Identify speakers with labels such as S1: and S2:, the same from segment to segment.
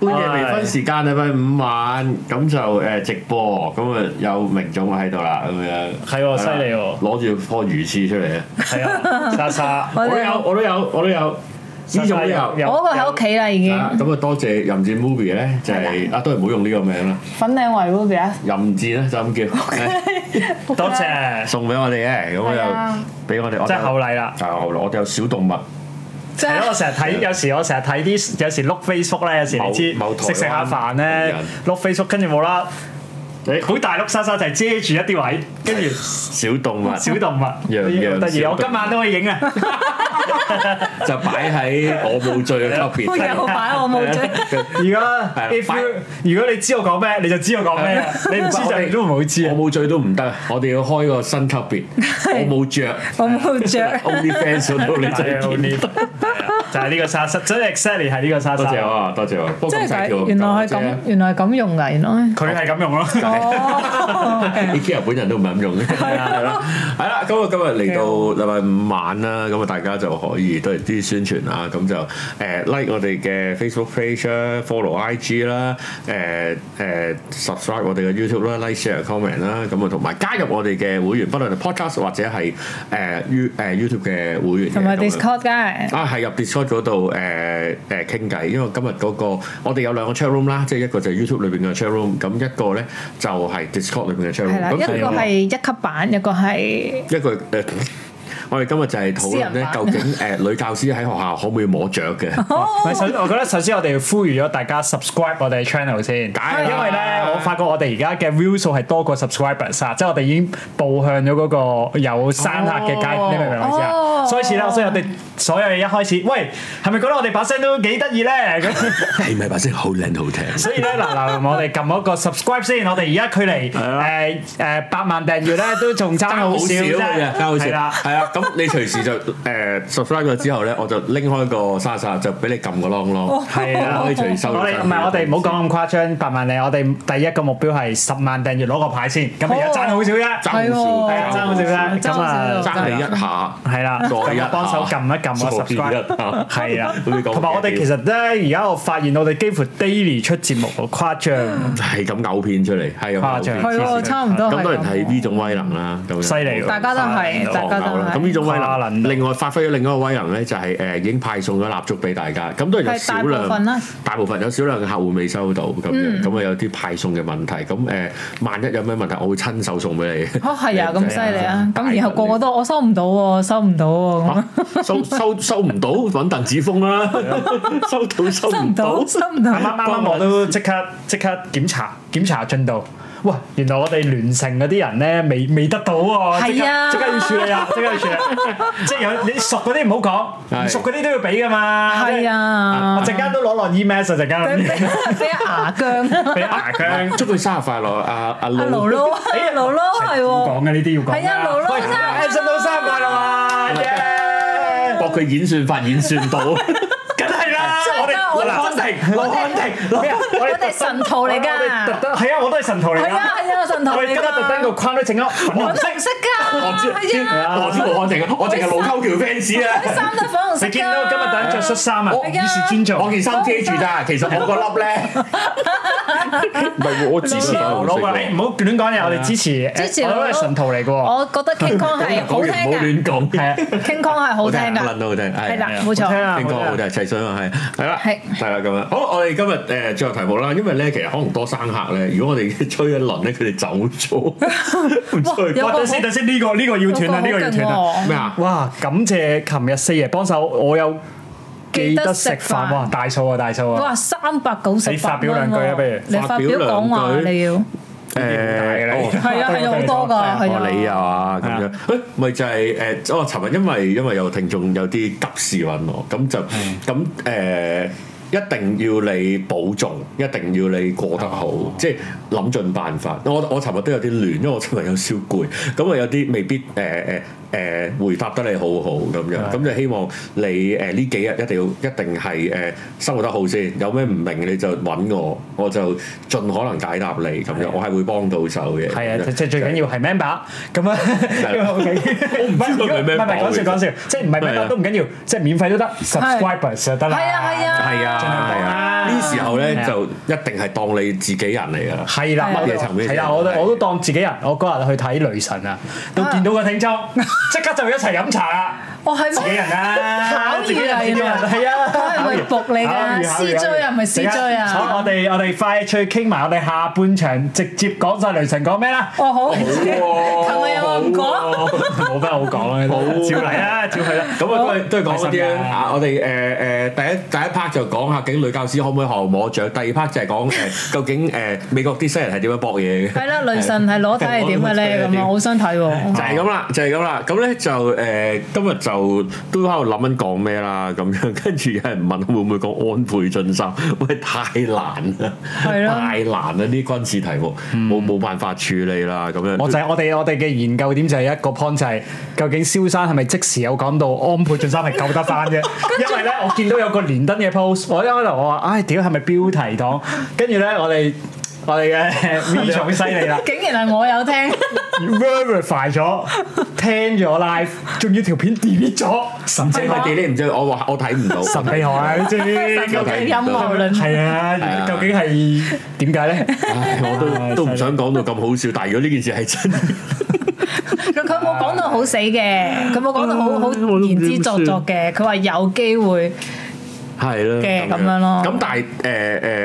S1: 陣時間禮拜五晚咁就誒直播，咁啊有明總喺度啦，咁樣
S2: 係喎
S1: 啦
S2: 犀利喎
S1: 攞住棵魚翅出嚟啊！
S2: 係 啊，莎莎，
S1: 我都有，我都有，我都有，呢種都有。
S2: 有
S3: 我嗰個喺屋企啦，已經
S1: 啊咁啊，多謝任戰 movie 咧，就係啊，都係唔好用呢個名啦，
S3: 粉嶺圍 Ruby 啊，
S1: 任戰啦，就咁叫，
S2: 多 謝，
S1: 送俾我哋嘅，咁
S3: 係啊
S1: 又俾我哋，我
S2: 真
S1: 哋
S2: 係
S1: 有
S2: 厚禮啦。
S1: 啊，後來我哋有小動物，
S3: 即
S2: 係咯，我
S3: 係
S2: 成日 睇，有時我成日睇啲，有時碌 Facebook 咧，有時你知
S1: 某某台灣
S2: 食食下飯咧
S1: 人，
S2: 碌 Facebook 跟住冇啦，
S1: 誒
S2: 好大碌沙沙就係遮住一啲位，跟 住
S1: 小動物
S2: 小動物，好
S1: 洋洋
S2: 哎得意，
S1: 小動物
S2: 我今晚都可以 影啊！
S1: 就擺喺我冇罪嘅級
S3: 我
S1: 別。
S3: 有擺我冇追，
S2: 如果
S1: 係啊
S2: if you- 如果你知我講咩，你就知我講咩啦，你唔知
S1: 我哋
S2: 就都唔會知
S1: 我
S2: 啊！
S1: 冇罪都唔得，我哋要開個新級別。我冇着
S3: 我冇着。
S1: ，only fans 到你
S2: 係啊
S1: 最
S2: 好
S1: 見。
S2: 呢 就係呢個沙沙，真係 exactly 係呢個沙
S1: 多
S2: 沙，
S1: 謝我啊，多謝我。不過
S3: 即
S1: 咁啊
S3: 係
S1: 細條
S3: 佢原來係咁，原來係咁用㗎，原來。
S2: 佢係咁用咯。
S3: 哦，OK，
S1: IKEA 本人都唔係咁用嘅，係
S3: 啊
S1: 啦，係啦。咁啊，今日嚟到禮拜五晚啦，咁啊，大家就可以都係啲宣傳啊，咁就誒 like 我哋嘅 Facebook page 啦，follow IG 啦，誒誒 subscribe 我哋嘅 YouTube 啦，like share comment 啦，咁啊，同埋加入我哋嘅會員，不論係 podcast 或者係誒 You 誒 YouTube 嘅會員嘅，
S3: 同埋
S1: 咁樣
S3: Discord 嘅，
S1: 啊，係入 Discord 嗰度誒誒傾偈，因為今日嗰、個我哋有兩個 chat room 啦，即係一個就係 YouTube 裏邊嘅 chat room，咁一個咧就係 Discord 裏邊嘅 chat
S3: 係
S1: room。
S3: 啦，一
S1: 咁所以
S3: 個
S1: 我
S3: 係一級版，一個係
S1: 一個誒。呃我哋今日就係討論
S3: 私人
S1: 咧，
S3: 版
S1: 究竟誒女教師喺學校可唔可以摸雀嘅？
S2: 唔係首，我覺得首先我哋要呼籲咗大家 subscribe 我哋 channel 先，
S1: 梗係啦
S2: 因為咧我發覺我哋而家嘅 view 數係多過 subscribers 啊，即係我哋已經步向咗嗰個有山客嘅階，
S1: 哦
S2: 你明唔明我意思啊？
S3: 哦
S2: 所以似啦，所以我哋所有嘢一開始，喂，係咪覺得我哋把聲都幾得意咧？咁
S1: 係咪把聲好靚好聽？
S2: 所以咧嗱嗱，我哋撳嗰個 subscribe 先，我哋而家距離誒誒百萬訂閱咧都仲爭好少啫，
S1: 嘅，爭好少
S2: 係啦。
S1: 係啊，咁你隨時就誒 subscribe 咗之後咧，我就拎開個沙沙就俾你撳個啷啷，
S2: 係啊
S1: 可以隨收。
S2: 我哋唔係我哋唔好講咁誇張，八萬訂，我哋第一個目標係十萬訂閱攞個牌先，咁而家爭好少啫，
S1: 爭好
S2: 係
S1: 少
S2: 啊，爭好少啫，咁啊，
S1: 爭你一下。
S2: 係啦，
S1: 再一
S2: 咁
S1: 下
S2: 啊幫手撳一撳
S1: 再
S2: 我
S1: 一下
S2: subscribe，係啊啦，
S1: 咁你講
S2: 同埋我哋其實咧，而家我發現我哋幾乎 daily 出節目喎，誇張，
S1: 係咁嘔片出嚟，係咁
S2: 誇
S1: 嘔
S2: 張
S1: 片
S3: 係
S2: 黐
S3: 喎，
S2: 線
S3: 差唔多
S1: 咁
S3: 係啊
S1: 當然係呢
S3: 咁。
S1: 種威能啦，咁樣
S2: 犀利喎，
S3: 大家都係
S2: 犀利
S3: 大
S2: 喎
S3: 家都
S1: 牛啦
S3: 係
S1: 咁呢種威
S2: 跨
S1: 能，
S2: 能
S1: 另外發揮咗另一個威能咧，就係誒已經派送咗蠟燭俾大家。咁當然有
S3: 係
S1: 少
S3: 大
S1: 量，
S3: 部分啦嗯
S1: 大部分有少量嘅客戶未收到咁樣，咁啊有啲派送嘅問題。咁誒，萬一有咩問題，我會親手送俾 你。
S3: 哦，係啊，咁犀利啊！
S1: 大
S3: 咁然後個個都我收唔到喎，收唔到喎，咁
S1: 收收收唔到，揾鄧子峰 啦，收到收
S3: 收
S1: 唔
S3: 唔
S1: 到
S3: 到，。收 唔到。
S2: 啱啱啱啱我都即刻即刻檢查檢查進度。哇！原來我哋聯成嗰啲人咧，未未得到喎，即
S3: 係
S2: 刻
S3: 啊
S2: 即刻要處理 啊！即刻要處理，即係有你熟嗰啲唔好講，
S1: 係
S2: 唔熟嗰啲都要俾噶嘛。
S3: 係，
S2: 我
S3: 啊，
S2: 陣間都攞落 email 啊！陣
S3: 俾
S2: 間
S3: 俾牙姜，
S2: 俾牙 姜。
S1: 祝佢生日快樂，阿阿
S3: 阿
S1: 盧
S3: 盧。咯，阿盧咯，係喎。
S2: 講嘅呢啲要講㗎。
S3: 係啊盧咯
S2: 喂
S3: 生日快樂
S2: ，Anson 都生日快樂啊！耶
S1: 博佢演算法演算到，
S2: 梗係啦，
S3: 真係
S2: 我哋
S3: 㗎我哋
S2: 羅漢庭，羅漢庭，咩啊我
S3: 我哋神徒嚟㗎
S2: 我哋特登係啊，我都係神徒嚟㗎。
S3: 係啊係啊，信徒
S2: 我哋
S3: 嚟
S2: 今日特登個
S3: 㗎。
S2: 框都整咗粉
S3: 我
S2: 紅
S3: 都
S2: 色
S3: 唔。識㗎，
S1: 我知，
S3: 係啊，
S1: 我知盧漢庭啊，我淨係老溝橋 fans 啊。
S3: 啲衫都粉紅色
S2: 你
S3: 㗎。
S2: 見到今日大家着恤衫啊，
S3: 我
S2: 以示尊重。
S1: 我件衫遮住咋，其實我個粒咧，唔係我支
S2: 支持牛佬啊！你唔好亂講嘢，我哋支持。
S3: 支持哦
S2: 我
S3: 牛佬
S2: 都係神徒嚟嘅 喎。
S3: 我覺得 King Kong 係好
S1: 講
S3: 聽
S1: 完唔好
S3: 㗎
S1: 亂講，
S2: 係啊，
S3: ，King Kong 係好聽
S1: 好
S3: 㗎，
S1: 撚到好聽，係
S3: 係啦，冇
S2: 好聽
S3: 錯，
S2: 啊
S1: 聽歌好聽，齊水啊，係係啦，
S3: 係
S1: 係啦咁樣。好，我哋今日誒最後題目啦，因為咧其實可能多生客咧，如果我哋吹一輪咧，佢哋走咗，唔
S3: 哇
S1: 吹
S3: 有
S2: 哇！等先，等先，呢個呢個要斷啦，呢個要斷啦。
S3: 啊
S1: 咩啊？
S2: 哇！感謝琴日四爺幫手，我有記得食
S3: 記得食
S2: 飯。
S3: 飯
S2: 哇！大數啊，大數啊！
S3: 哇，三百九十
S2: 你發表兩句啊不如
S3: 你發表講話你要，
S1: 誒
S2: 哦
S1: 哦
S3: 係啊係啊好多㗎，係
S1: 哦
S3: 啊，
S1: 你又啊咁樣，誒咪就係誒我尋日因為因為有聽眾有啲急事揾我，咁就咁誒。一定要你保重，一定要你過得好，即係諗盡辦法。我我尋日都有啲亂，因為我尋日有少攰，咁啊有啲未必誒誒誒回答得你好好咁樣，咁就希望你誒呢幾日一定要一定係誒生活得好先。有咩唔明你就揾我，我就盡可能解答你咁樣，我係會幫到手嘅。
S2: 係啊，即即最緊要係 member 咁啊，我唔知
S1: 佢係
S2: 唔係唔係
S1: member
S2: 講笑
S1: 嚟㗎
S2: 講笑，即係唔係
S1: 係啊
S2: member 都唔緊要，即係免費都得，subscribers 就得啦。
S3: 係啊係啊，
S1: 係啊，係啊，
S2: 啊
S1: 呢時候咧
S2: 係啊
S1: 就一定係當你自己人嚟㗎啦。
S2: 係啦，
S3: 係啊
S2: 我
S1: 乜嘢層面
S2: 係啦，
S1: 都有
S2: 我都
S1: 係
S2: 我都當自己人。我嗰日去睇雷神啊，到見到個聽眾，即刻就一齊飲茶 啦，
S3: 我係
S2: 自己人啦，
S3: 考
S2: 自己
S3: 驗啊
S2: 人，自己
S3: 嚟
S2: 人，
S3: 㗎
S2: 係啊，
S3: 我係咪
S2: 考驗
S3: 服你㗎
S2: 考驗考驗
S3: 私追啊
S2: 考驗
S3: 係咪私追啊
S2: 好我哋我哋快脆傾埋我哋下半場，直接講晒雷神講 咩啦？
S3: 哦好，啊琴日有話唔講，
S1: 好喎
S2: 冇乜好講啦，照嚟啦，照去啦。
S1: 咁啊，都係都係講嗰啲
S2: 開心㗎
S1: 啦。啊，我哋誒誒第一第一 part 就講下究竟女教師可唔可以學摸獎，第二 part 就係講 誒究竟誒美國啲西人係點樣搏嘢嘅。
S3: 係啦，雷神係裸體係點嘅咧？咁啊，我好想睇
S1: 就
S3: 喎。
S1: 係咁啦，就係咁啦。咁咧就誒、呃今日就都喺度諗緊講咩啦，咁樣 跟住有人問會唔會講安倍晉三？ 喂，太難啦，
S3: 係咯
S1: 太難啦！呢啲軍事題目冇冇、辦法處理啦，咁樣。
S2: 我就係我哋我哋嘅研究點就係一個 point 就係究竟蕭生係咪即時有講到安倍晉三係救得翻啫？因為咧我見到有個連登嘅 post，我一開頭我話唉屌係咪標題黨？跟住咧我哋我哋 嘅 V 總犀利啦
S3: 竟然係我有聽，
S2: ，verify 咗，聽咗 live，仲要條片 delete 咗，神
S1: 即係咪 delete 唔知我話我睇唔到。
S2: 啊 神秘學啊！你知
S1: 秘
S2: 究
S1: 學
S2: 竟
S3: 陰謀論
S2: 係啊？
S1: 啊
S2: 究竟係點解咧？
S1: 唉我都都唔想講到咁好笑，但係如果呢件事係 真，
S3: 佢佢冇講到好死嘅，佢冇講到好好言之鑿鑿嘅，佢話有機會。
S1: 係啦
S3: 嘅咁樣咯
S1: 咁但係誒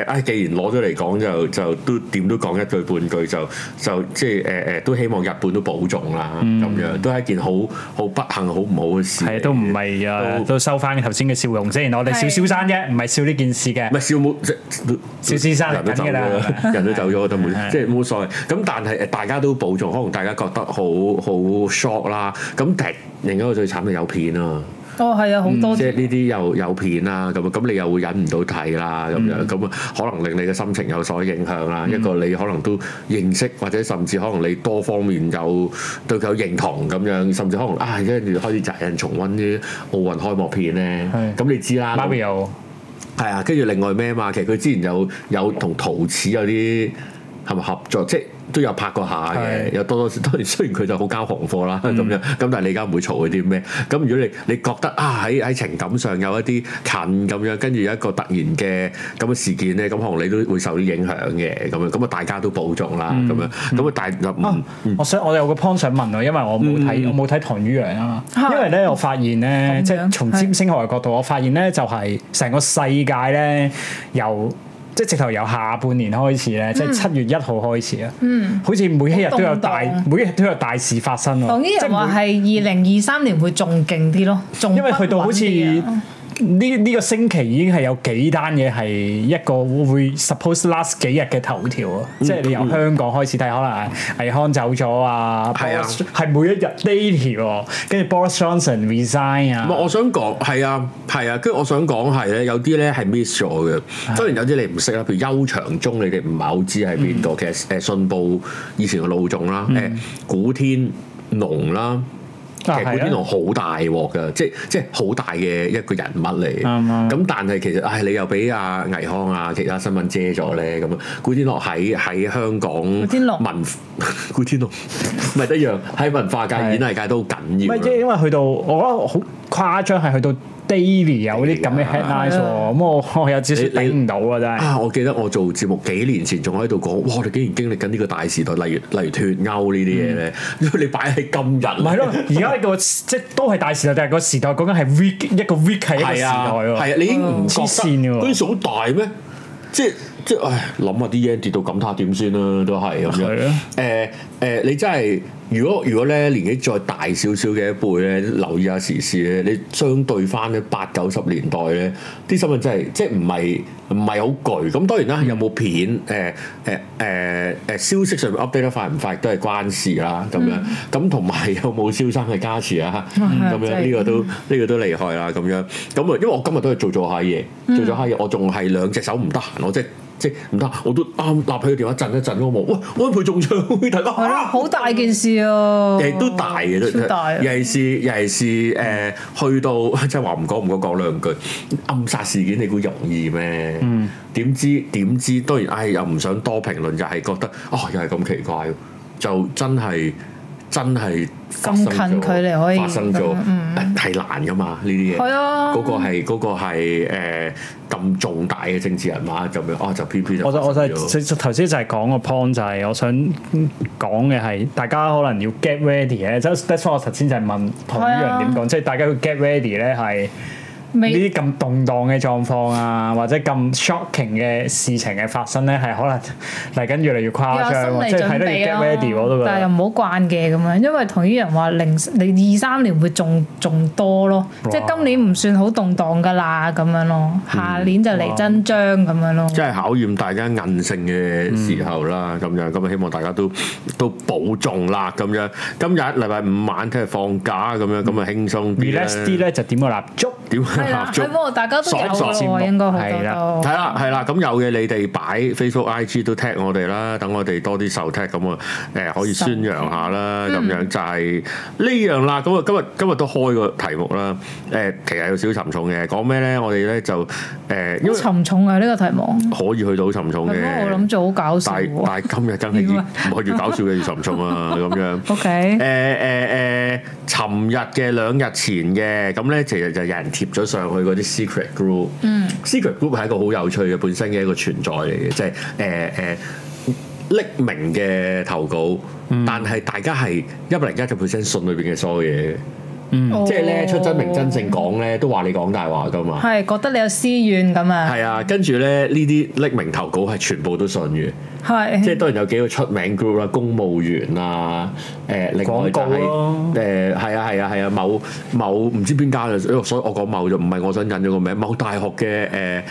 S1: 誒，唉，既然攞咗嚟講，就就都點都講一句半句，就就即係誒誒，都希望日本都保重啦，咁樣都係一件好好不幸、好唔好嘅事嚟嘅。
S2: 嗯係都唔係啊，
S1: 都
S2: 都收翻頭先嘅笑容先。我哋笑
S3: 係
S2: 蕭生啫，唔係笑呢件事嘅
S1: 唔。係笑冇即
S2: 小先生
S1: 人都走咗
S2: 嚟緊㗎
S1: 啦，
S2: 啦
S1: 人都走咗都
S2: 係
S1: 冇，即係冇所謂。咁但係誒，大家都保重，可能大家覺得好好 shock 啦。咁但係另一個最慘嘅有片啊！
S3: 哦，係啊，好多
S1: 即係呢啲又有片啦，咁咁你又會忍唔到睇啦，咁樣咁啊可能令你嘅心情有所影響啦。一個你可能都認識，或者甚至可能你多方面有對佢有認同咁樣，甚至可能啊跟住開始責任重温啲奧運開幕片咧
S2: 係，
S1: 咁你知啦。
S2: Mario
S1: 係啊，跟住另外咩嘛？其實佢之前有有同陶瓷有啲係咪合作，即係都有拍過下
S2: 係
S1: 嘅，有多多 少當然雖然佢就好交行貨啦咁樣，咁但係你而家唔會嘈佢啲咩？咁如果你你覺得啊喺喺情感上有一啲近咁樣，跟住有一個突然嘅咁嘅事件咧，咁可能你都會受啲影響嘅咁樣，咁啊大家都保重啦咁樣，咁啊但係就唔
S2: 我想我有個 point 想問啊，因為我冇睇我冇睇唐魚陽啊嘛，
S3: 係
S2: 因為咧我發現咧，
S3: 唐
S2: 即係
S3: 樣
S2: 從
S3: 係
S2: 占星學嘅角度，我發現咧就係成個世界咧由。即係直頭由下半年開始咧，即係七月一號開始啊，
S3: 嗯
S2: 好似每一日都有大，
S3: 好動盪
S2: 每一日都有大事發生
S3: 唐
S2: 喎。
S3: 啲
S2: 即
S3: 人話
S2: 係每
S3: 係二零二三年會仲勁啲咯，仲
S2: 因為去到好似
S3: 不穩啲啊
S2: 呢呢個星期已經係有幾單嘢係一個會 suppose last 幾日嘅頭條啊，
S1: 嗯
S2: 即係你由香港開始睇，可能倪康走咗啊，
S1: 係啊
S2: Boris- 係每一日 daily 喎，跟住 Boris Johnson resign
S1: 唔係，
S2: 啊，
S1: 我想講係啊，係啊，跟住我想講係咧，有啲咧係 miss 咗嘅。
S2: 啊
S1: 當然有啲你唔識啦，譬如邱長忠，你哋唔係好知係邊
S2: 嗯
S1: 個。其實誒信報以前嘅老總啦，誒、古天農
S2: 啊
S1: 啦，其實古天農好大鑊㗎，即係即係好大嘅一個人物嚟。
S2: 啱啊
S1: 咁但係其實唉，你又俾阿倪康啊其他新聞遮咗咧咁樣。古天樂喺喺香港古
S3: 天樂
S1: 文 古天樂唔係一樣喺文化界、
S2: 係
S1: 演藝界都好緊要
S2: 唔
S1: 啦。
S2: 係因為去到我覺得好誇張係去到 daily 有啲咁嘅 headlines 喎，咁我我有少少頂唔到啊真係。
S1: 啊！我記得我做節目幾年前仲喺度講，哇！我哋竟然經歷緊呢個大時代，例如例如脱歐呢啲嘢咧，因 為你擺喺今日，
S2: 嗯唔係咯，而家呢個即係都係大時代，但係個時代講緊係 week 一個 week 係一個
S1: 係
S2: 時代
S1: 啊，
S2: 喎。
S1: 係啊，你已經唔覺得
S2: 黐線嘅喎
S1: 嗰件事好大咩？即係即係，唉，諗下啲 yen 跌到咁，睇下點先啦，都係咁樣
S2: 係啊。
S1: 誒誒，你真係如果如果咧年紀再大少少嘅一輩咧，留意下時事咧，你相對翻咧八九十年代咧，啲新聞真係即係唔係唔係好巨。咁當然
S2: 嗯
S1: 啦，有冇片誒誒誒誒消息上面 update 得快唔快都係關事啦。咁樣
S2: 嗯
S1: 咁同埋有冇蕭生嘅加持啊？
S3: 係
S1: 咁樣
S3: 真係
S1: 呢個都呢個都厲害啦，咁樣咁啊，因為我今日都係做做下嘢，
S3: 嗯
S1: 做咗下嘢，我仲係兩隻手唔得閒，我即即唔得，我都啱立起個電話震一震咯，我冇，喂，安倍中槍，大家
S3: 係咯，
S1: 啊！
S3: 好大件事啊！
S1: 亦都大嘅都，
S3: 超大啊嗯
S1: 尤其是尤其是誒、呃去到 即係話唔講唔講講兩句暗殺事件，你估容易咩？
S3: 嗯
S1: 點知點知當然，唉、又唔想多評論，就係覺得哦，又係咁奇怪，就真係真係
S3: 咁近距離可以
S1: 發生咗
S3: 咁樣，嗯
S1: 係難噶嘛呢啲嘢。
S3: 係啊
S1: 嗰個係嗰個係誒咁重大嘅政治人物咁樣，哦就偏偏就
S2: 我就我
S1: 發
S2: 就
S1: 生
S2: 係
S1: 咗
S2: 其實頭先就係講個 point 就係我想講嘅係大家可能要 get ready 咧，即係 that's why 我頭先就係問唐宇陽點講，即係大家要 get ready 咧係呢
S3: 啊未
S2: 啲咁動盪嘅狀況啊，或者咁 shocking 嘅事情嘅發生咧，係可能 嚟緊越嚟越誇
S3: 有
S2: 張
S3: 心
S2: 喎，
S3: 理
S2: 即係
S3: 準
S2: 係都
S3: 備
S2: 要 get
S3: 啦
S2: ready 我都覺
S3: 但係又
S2: 得。
S3: 唔好慣嘅咁樣，因為同啲人話零你二三年會仲仲多咯，即係今年唔算好動盪噶啦咁樣咯，下年就嚟真章咁樣咯。
S1: 即係考驗大家韌性嘅時候啦，咁、樣咁希望大家都都保重啦，咁樣今日禮拜五晚聽日放假咁樣，咁啊輕鬆啲
S2: relax 啲
S1: 咧，
S2: 咧就點個啊蠟燭，
S1: 點
S3: 係啦，
S1: 蠟
S3: 係
S1: 燭？
S3: 喎，大家都有
S1: 爽爽
S2: 節目
S3: 喎，應該好
S2: 係啦
S3: 多都
S1: 係。啦，係啦，咁有嘅你哋擺 Facebook、IG 都 tag 我哋啦，等我哋多啲受 tag，咁啊誒可以宣揚下啦，
S3: 嗯
S1: 咁樣就係呢樣啦。咁啊今日今日都開個題目啦，誒、其實有少少沉重嘅，講咩咧？我哋咧就誒、因
S3: 好
S1: 為
S3: 沉重啊！呢個題目，
S1: 可以去到沉重嘅
S3: 係，咯我諗住好搞笑
S1: 但
S3: 喎。
S1: 但今日真係
S3: 點
S1: 越
S3: 啊
S1: 唔係越搞笑嘅越沉重啊咁樣。誒誒
S3: O
S1: 誒
S3: K，
S1: 尋日嘅兩日前嘅，咁咧其實就有人貼咗上去嗰啲 secret group。嗯，secret group 係一個好有趣嘅本身嘅一個存在嚟嘅，即係誒誒匿名嘅投稿，但係大家係一百零一嘅 percent 信裏邊嘅所有嘢，嗯
S3: 哦
S1: 即係咧出真名真正講咧都話你講大話㗎嘛。
S3: 係覺得你有私怨咁啊，
S1: 係啊，跟住咧呢啲匿名投稿係全部都信嘅。
S3: 係
S1: 即係當然有幾個出名 group 啦，公務員啊，誒、另外
S2: 廣
S1: 就
S2: 告
S1: 係
S2: 咯
S1: 誒係啊係啊係啊某某唔知邊家就，因為所以我講某就唔係我想引咗個名，某大學嘅誒誒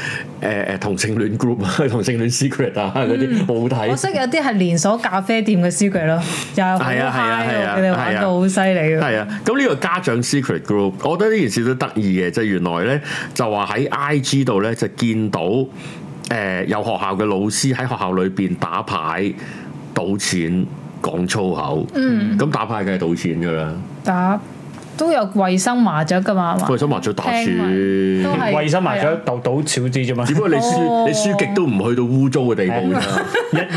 S1: 誒同性戀 group 啊， 同性戀 secret 啊嗰
S2: 嗯
S1: 啲冇
S3: 我
S1: 睇。
S3: 識有啲係連鎖咖啡店嘅 secret 咯，又係好
S1: 係啊係啊
S3: high
S1: 係啊
S3: 喎佢哋玩到好犀利嘅。
S1: 係啊，咁呢個家長 secret group，我覺得呢件事都得意嘅，即係原來咧就話喺 IG 度咧就見到誒、有學校嘅老師喺學校裏邊打牌賭錢講粗口，嗯，咁打牌梗係賭錢㗎啦。
S3: 啊打都有衞生麻雀噶嘛，係嘛
S1: 喂，想麻雀打
S3: 聽
S1: 輸
S3: 聞都，係
S2: 衞生麻雀
S3: 係啊
S2: 度到少啲啫嘛，
S1: 只不過你輸、
S3: 哦
S1: 你輸極都唔去到污糟嘅地步啫。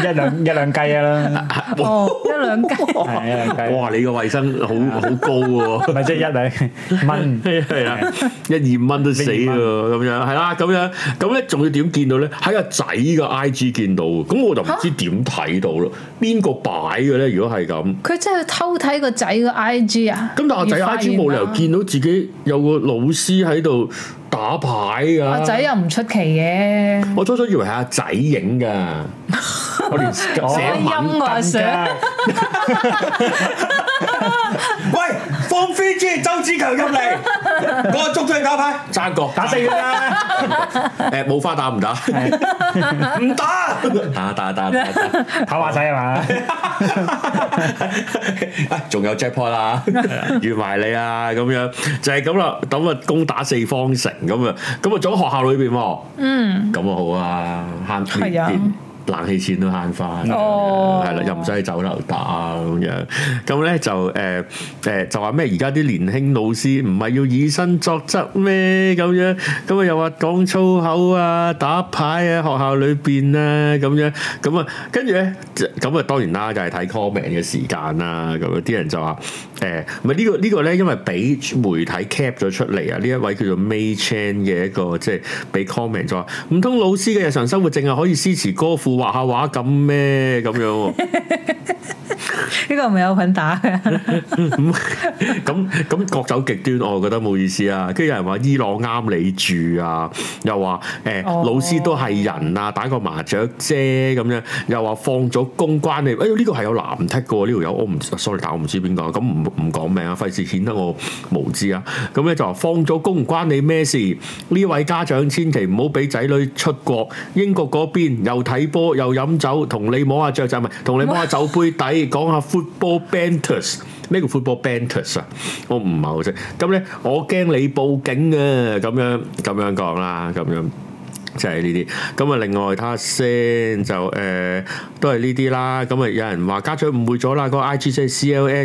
S2: 一一兩一兩雞啊 啦，
S3: 哦，一兩雞
S2: 係一兩雞，
S1: 哇！你個衞生好好高喎、
S2: 咪即係 一兩蚊。
S1: 係啊，一二蚊都死喎，
S2: 一二
S1: 咁樣係啦，咁樣咁咧，仲要點見到咧？喺個仔嘅 I G 見到喎，咁我就唔知點睇到咯。邊個擺嘅咧？如果係咁，咁
S3: 佢真係偷睇個仔個 IG 啊！
S1: 但係我仔
S3: 而
S1: I
S3: 發
S1: G
S3: 現
S1: 冇理由
S3: 啊
S1: 見到自己有個老師喺度打牌㗎。
S3: 阿仔又唔出奇嘅，
S1: 我初初以為係阿仔影㗎，我連寫文
S3: 音啊想
S4: 喂，放飛豬，周子強入嚟，我捉咗你打牌，
S1: 爭個
S2: 打死佢 啦！
S1: 誒冇花打唔打？
S4: 唔打。
S1: 打打打打打！
S2: 跑馬仔係嘛？
S1: 啊仲有 jackpot 啦，預埋你啊咁樣，就係咁啦。咁啊，攻打四方城咁啊，咁啊，仲喺學校裏邊喎。嗯，咁啊好啊，慳
S3: 係
S1: 連
S3: 啊
S1: 連冷氣錢都慳翻，
S3: 哦
S1: 係啦，又唔使去酒樓打咁樣。咁咧就誒誒就話咩？而家啲年輕老師唔係要以身作則咩？咁樣咁啊又話講粗口啊、打牌啊、學校裏邊啊咁樣咁啊，跟住咧就咁啊當然啦，就係睇 comment 嘅時間啦。咁樣啊啲人就話誒，唔係呢個呢個咧，因為俾媒體 cap 咗出嚟啊。呢一位叫做 May Chan 嘅一個即係俾 comment 就話，唔通老師嘅日常生活淨係可以詩詞歌賦、畫下畫咁咩咁樣喎？
S3: 呢個唔係有 份打嘅，
S1: 咁咁咁各走極端，我覺得冇意思啊！跟住有人話伊朗啱你住啊，又話誒、
S3: 哦
S1: 老師都係人啊，打個麻雀啫咁樣，又話放咗公關你，哎呀呢個係有藍剔嘅喎，呢條友我唔 sorry，但我唔知邊個，咁唔唔講名啊，費事顯得我無知啊！咁咧就話放咗公唔關你咩事，呢位家長千祈唔好俾仔女出國，英國嗰邊又睇波又飲酒，同你摸下雀仔咪，同你摸下酒杯底，講下 football banters。咩叫 football banters 啊？我唔係好識。咁咧，我驚你報警啊！咁樣咁樣講啦，咁樣。就係呢啲。咁啊，另外睇下先，就誒、呃都係呢啲啦。咁啊，有人話家長誤會咗啦，嗰個 I G 即係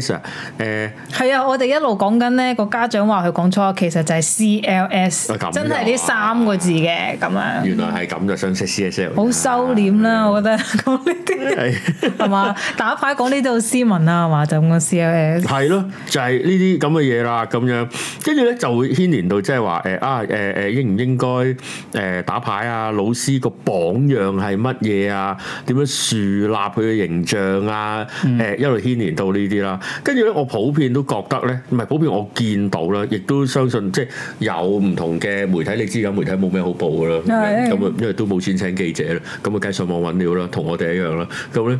S1: CLS 啊，誒
S3: 係啊，我哋一路講緊呢個家長話佢講錯，其實就係 CLS，
S1: 啊咁
S3: 真係
S1: 㗎
S3: 呢三個字嘅咁樣，
S1: 原來係咁就想識 CSL，
S3: 好收斂啦，我覺得講呢啲
S1: 係
S3: 係嘛，打牌講呢啲好斯文啊啦，係嘛，就咁講 CLS。
S1: 係咯，就係呢啲咁嘅嘢啦，咁樣跟住咧就會牽連到即係話誒啊誒誒、呃應唔應該誒、呃打牌啊？老師個榜樣係乜嘢啊？點樣樹立佢嘅形象啊？誒、一路牽連到呢啲啦。跟住咧，我普遍都覺得咧，唔係普遍我見到啦，亦都相信即係有唔同嘅媒體，你知咁媒體冇咩好報噶啦，咁樣
S3: 係
S1: 咁啊，因為都冇錢請記者啦，咁啊，梗係上網揾料啦，同我哋一樣啦，咁咧。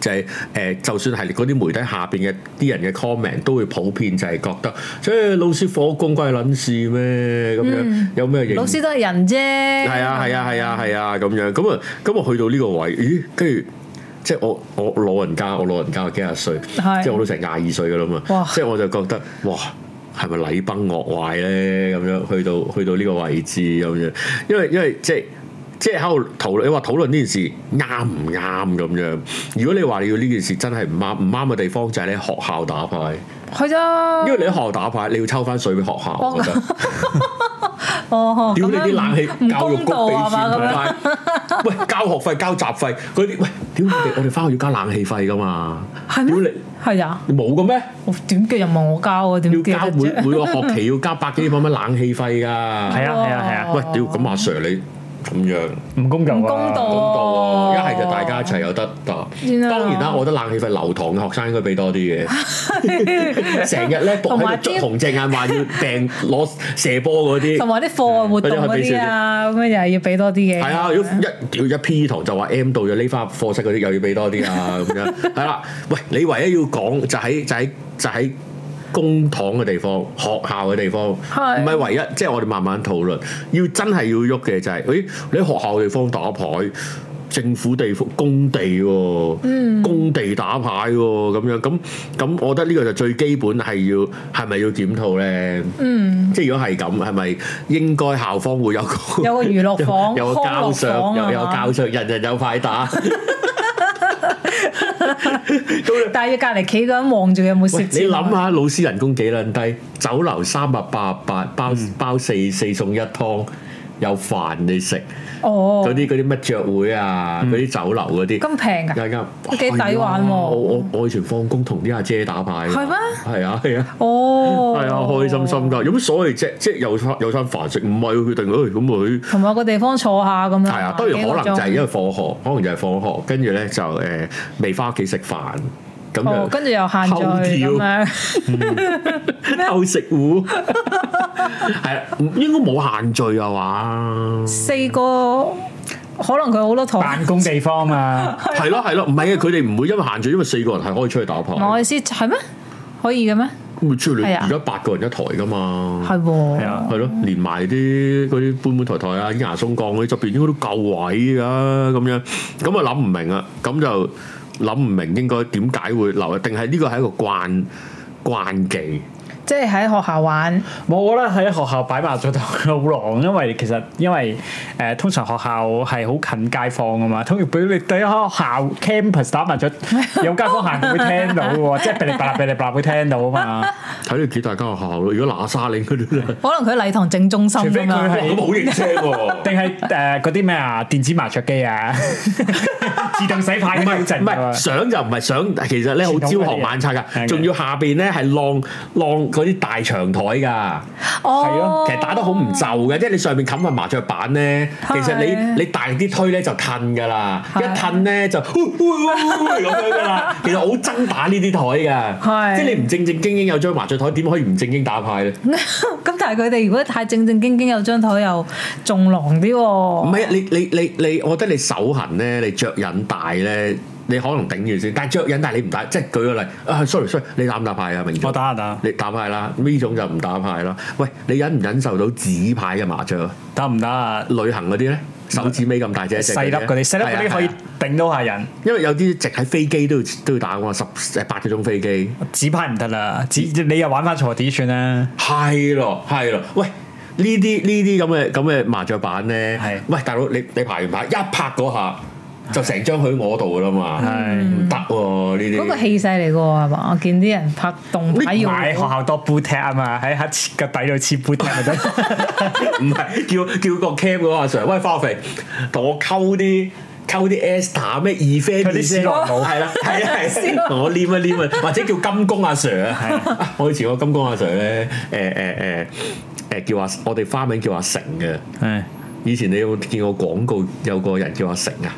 S1: 就係、呃就算係嗰啲媒體下邊嘅啲人嘅 comment 都會普遍就係覺得，即係老師火工關你撚事咩？咁樣、有咩影
S3: 老師都係人啫，
S1: 係
S3: 係
S1: 啊係啊係啊係啊咁樣，咁啊咁我去到呢個位，咦，跟住。即係我我老人家，我老人家幾廿歲，即
S3: 係
S1: 係我都成廿二歲噶啦嘛
S3: 哇。
S1: 即係我就覺得，哇，係咪禮崩樂壞咧？咁樣去到去到呢個位置咁樣，因為因為即係即係喺度討論，你話討論呢件事啱唔啱咁樣？如果你話你要呢件事真係唔啱，唔啱嘅地方就係你喺學校打牌，
S3: 係咋
S1: 因為你喺學校打牌，你要抽翻水俾學校，我覺得。
S3: 哦，
S1: 屌你啲冷氣
S3: 唔
S1: 教育局
S3: 公道
S1: 俾
S3: 啊嘛
S1: 錢
S3: 咁
S1: 同
S3: 樣。
S1: 埋，喂交學費交雜費嗰啲，喂屌我 哋我哋翻去要交冷氣費噶嘛？
S3: 係
S1: 屌
S3: 咩
S1: 你？
S3: 係啊，
S1: 你冇嘅咩？
S3: 我點嘅又唔係我交啊？點
S1: 要
S3: 記得
S1: 交每
S3: 啫？
S1: 每個學期要交百幾蚊蚊冷氣 費㗎。
S2: 係啊係啊係啊，
S1: 喂屌咁
S3: 哦
S1: 阿 Sir 你咁樣
S2: 唔公道啊！
S3: 唔公道
S1: 公道
S3: 哦
S1: 喎，一係就大家一齊有得答。
S3: 原來
S1: 當然啦，我覺得冷氣費留堂嘅學生應該俾多啲 嘅。成日咧讀
S3: 同
S1: 喺
S3: 埋
S1: 度捽
S3: 啲
S1: 紅隻眼話要掟攞射波嗰啲，
S3: 同埋啲課外活動嗰啲啊，咁樣又係要俾多啲嘅。
S1: 係啊，如果一屌一 P 堂就話 M 到就匿翻課室嗰啲又要俾多啲啊咁樣，係啦。喂，你唯一要講就喺就喺就喺公堂嘅地方、學校嘅地方，唔
S3: 係
S1: 係唯一，即係我哋慢慢討論。要真係要喐嘅就係、咦，你喺學校嘅地方打牌。政府地方工地喎、工地打牌喎、咁樣咁咁，我覺得呢個就最基本係要係咪要檢討咧？嗯，即係如果係咁，係咪應該校方會有個
S3: 有個娛樂房
S1: 有個
S3: 康樂
S1: 膠
S3: 房
S1: 上，
S3: 啊
S1: 又有
S3: 嘛
S1: 膠上，人人有牌 打。咁你
S3: 但係要隔離企個人望住佢有冇啊攝
S1: 喂，
S3: 錢。
S1: 你諗下老師人工幾撚低？酒樓三百八十八，
S3: 嗯
S1: 包包四四餸一湯，有飯你食。
S3: 哦，嗯
S1: 嗰啲嗰啲乜雀會啊，嗰啲酒樓嗰啲。
S3: 咁平㗎？
S1: 啱啱
S3: 都幾抵
S1: 係
S3: 玩喎
S1: 啊我我我以前放工同啲阿姐打牌。
S3: 係咩？
S1: 係啊係啊。
S3: 哦，
S1: 係啊，開心心。㗎，有乜所謂啫？即係有餐有餐飯食，唔係佢定誒咁佢。
S3: 同埋有個地方坐下咁樣。
S1: 係啊，當然可能就係因
S3: 為
S1: 為放學，可能就係放學，跟住咧就誒未翻屋企食飯，咁就，
S3: 哦
S1: 嗯
S3: 跟住又限聚咁樣。
S1: 偷食糊，係啊，唔應該冇限聚啊嘛，
S3: 四個可能佢好多台。
S2: 辦公地方嘛，
S1: 係咯係咯，唔係啊，佢哋唔會因為限聚，因為四個人係可以出去打牌，
S3: 唔係我意思係咩？可以嘅咩？
S1: 咁咪出去
S3: 係啊
S1: 而家八個人一台噶嘛。
S3: 係
S2: 係
S3: 喎。
S2: 啊，
S1: 嗯係咯，連埋啲嗰啲搬搬抬抬啊、牙鬆降嗰啲側邊應該都夠位㗎咁樣，咁啊諗唔明啊，咁就諗唔明應該點解會留，啊定係呢個係一個慣慣技？
S3: 即係喺學校玩，
S2: 冇我覺得喺學校擺麻雀台好狼，因為其實因為誒、呃通常學校係好近街坊噶嘛，通常俾你喺學校 campus 打麻 雀，有街坊行過會聽到喎，即係噼哩啪啦噼哩啪啦會聽到啊嘛，
S1: 睇你幾大間學校咯，如果嗱沙你應該都係，
S3: 可能佢喺禮堂正中心
S2: 除非佢
S3: 咁樣。
S2: 係
S1: 咁好認聲喎。
S2: 定係誒嗰啲咩啊電子麻雀機 啊，自動洗牌嗰陣
S1: 唔
S2: 啊嘛
S1: 係相就唔係相，其實咧好朝行晚拆
S2: 傳統嗰啲啊
S1: 㗎，
S2: 嘢
S1: 仲要下邊咧係晾晾嗰啲大長台㗎。
S3: 哦，
S1: 其實打得好唔就嘅，即係你上面冚份麻雀板咧，其
S3: 係
S1: 實你你大力啲推咧就褪㗎啦，一
S3: 係
S1: 褪咧 就咁樣㗎啦。其實我好憎打呢啲台㗎，
S3: 係
S1: 即係你唔正正經經有張麻雀台，點可以唔正經打牌咧？
S3: 咁但係佢哋如果太正正經經有張台又仲狼啲
S1: 唔
S3: 喎，
S1: 係啊，你你你你，我覺得你手痕咧，你着引帶咧，你可能頂住先，但係着引帶你唔帶，即係舉個例啊，sorry sorry，你打唔打牌啊，明
S2: 我
S1: 總？
S2: 打下打，
S1: 你打牌啦，呢種就唔打牌啦。喂，你忍唔忍受到紙牌嘅麻雀啊？
S2: 打唔打啊？
S1: 旅行嗰啲咧，手指尾咁大隻一隻
S2: 細粒
S1: 啫
S2: 嗰啲，細粒嗰
S1: 係
S2: 啲
S1: 啊
S2: 可以
S1: 係啊
S2: 頂到下人，
S1: 因為有啲直喺飛機都要都要打㗎嘛，十誒八個鐘飛機。
S2: 嗯紙牌唔得啦，紙你又玩翻鋤子算啦。
S1: 係咯，係咯，喂！呢啲呢啲咁嘅咁嘅麻雀板咧
S2: 係，
S1: 喂大佬你你排完牌一拍嗰下就成張去我度噶啦嘛，唔得喎呢
S3: 嗰個
S1: 啲。
S3: 氣勢嚟嘅喎，係嘛？我見啲人拍動牌要
S2: 買學校多杯踢啊嘛，喺喺個底度切杯踢咪得。
S1: 唔係叫叫個 cam 嗰個阿 Sir，喂花肥，同我溝啲溝啲 Esther 咩 e f e
S2: 溝啲斯諾姆
S1: 係啦係啊係啊，同我黏一黏啊，或者叫金工阿 Sir 啊， 我以前個金工阿 Sir 咧，誒誒誒誒叫阿我哋花名叫阿成嘅。
S2: 係
S1: 以前你有冇見過廣告有個人叫阿成啊？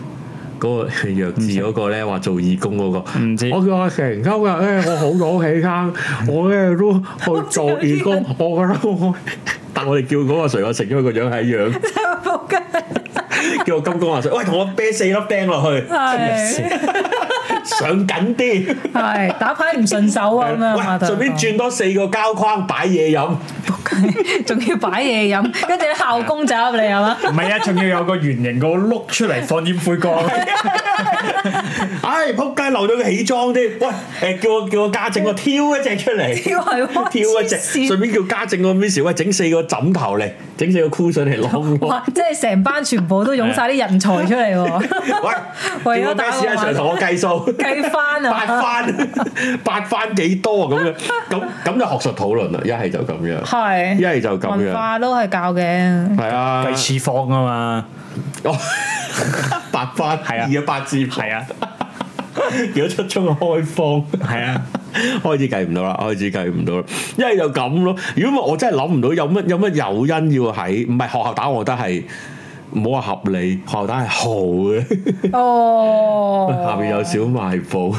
S1: 嗰、個 弱智嗰個咧話做義工嗰、個，
S2: 唔知
S1: 我叫阿成，今日咧我好早起 坑，我咧都去做義 工，我覺得我， 但我哋叫嗰個誰啊阿成，因為個樣係一 樣，
S3: 仆街，
S1: 叫我金剛阿成，喂，同我啤四粒釘落去，
S3: 係
S1: 上緊啲，
S3: 係打牌唔順手啊咁樣嘛，
S1: 喂，順便轉多四個膠框擺嘢飲，
S3: 轉， 仲要擺嘢飲，跟住啲校工走入嚟係 嘛？
S2: 唔係啊？仲要有個圓形個碌出嚟放煙灰 缸。
S1: 唉，仆街漏咗個起裝添，喂，誒、叫我叫我家整我挑一隻出嚟。
S3: 跳 係喎，
S1: 挑一隻，
S3: 黐
S1: 啊順
S3: 線
S1: 便叫家政個 miss 喂整四個枕頭嚟，整四個 cushion 嚟 攞我。
S3: 哇！即係成班全部都湧晒啲人才出嚟喎，
S1: 喂，
S3: 為
S1: 叫個
S3: 咗打
S1: miss
S3: 個
S1: 阿 Sir 同我計數，
S3: 計翻
S1: 八
S3: 啊！
S1: 番 八番幾多啊咁樣，咁咁就學術討論啦，一係就咁樣，
S3: 係
S1: 一係就咁
S3: 文
S1: 樣，
S3: 化都係教嘅，
S1: 係啊，
S2: 計次方啊嘛，
S1: 哦 八番
S2: 係啊
S1: 二啊八字
S2: 係啊，
S1: 如果出中開荒，
S2: 係啊，
S1: 開始計唔到啦，開始計唔到啦，一係就咁咯。如果唔係我真係諗唔到有乜有乜誘因要喺唔係學校打，我覺得係唔好話合理，學校打係好嘅，
S3: 哦，
S1: 下邊有小賣部，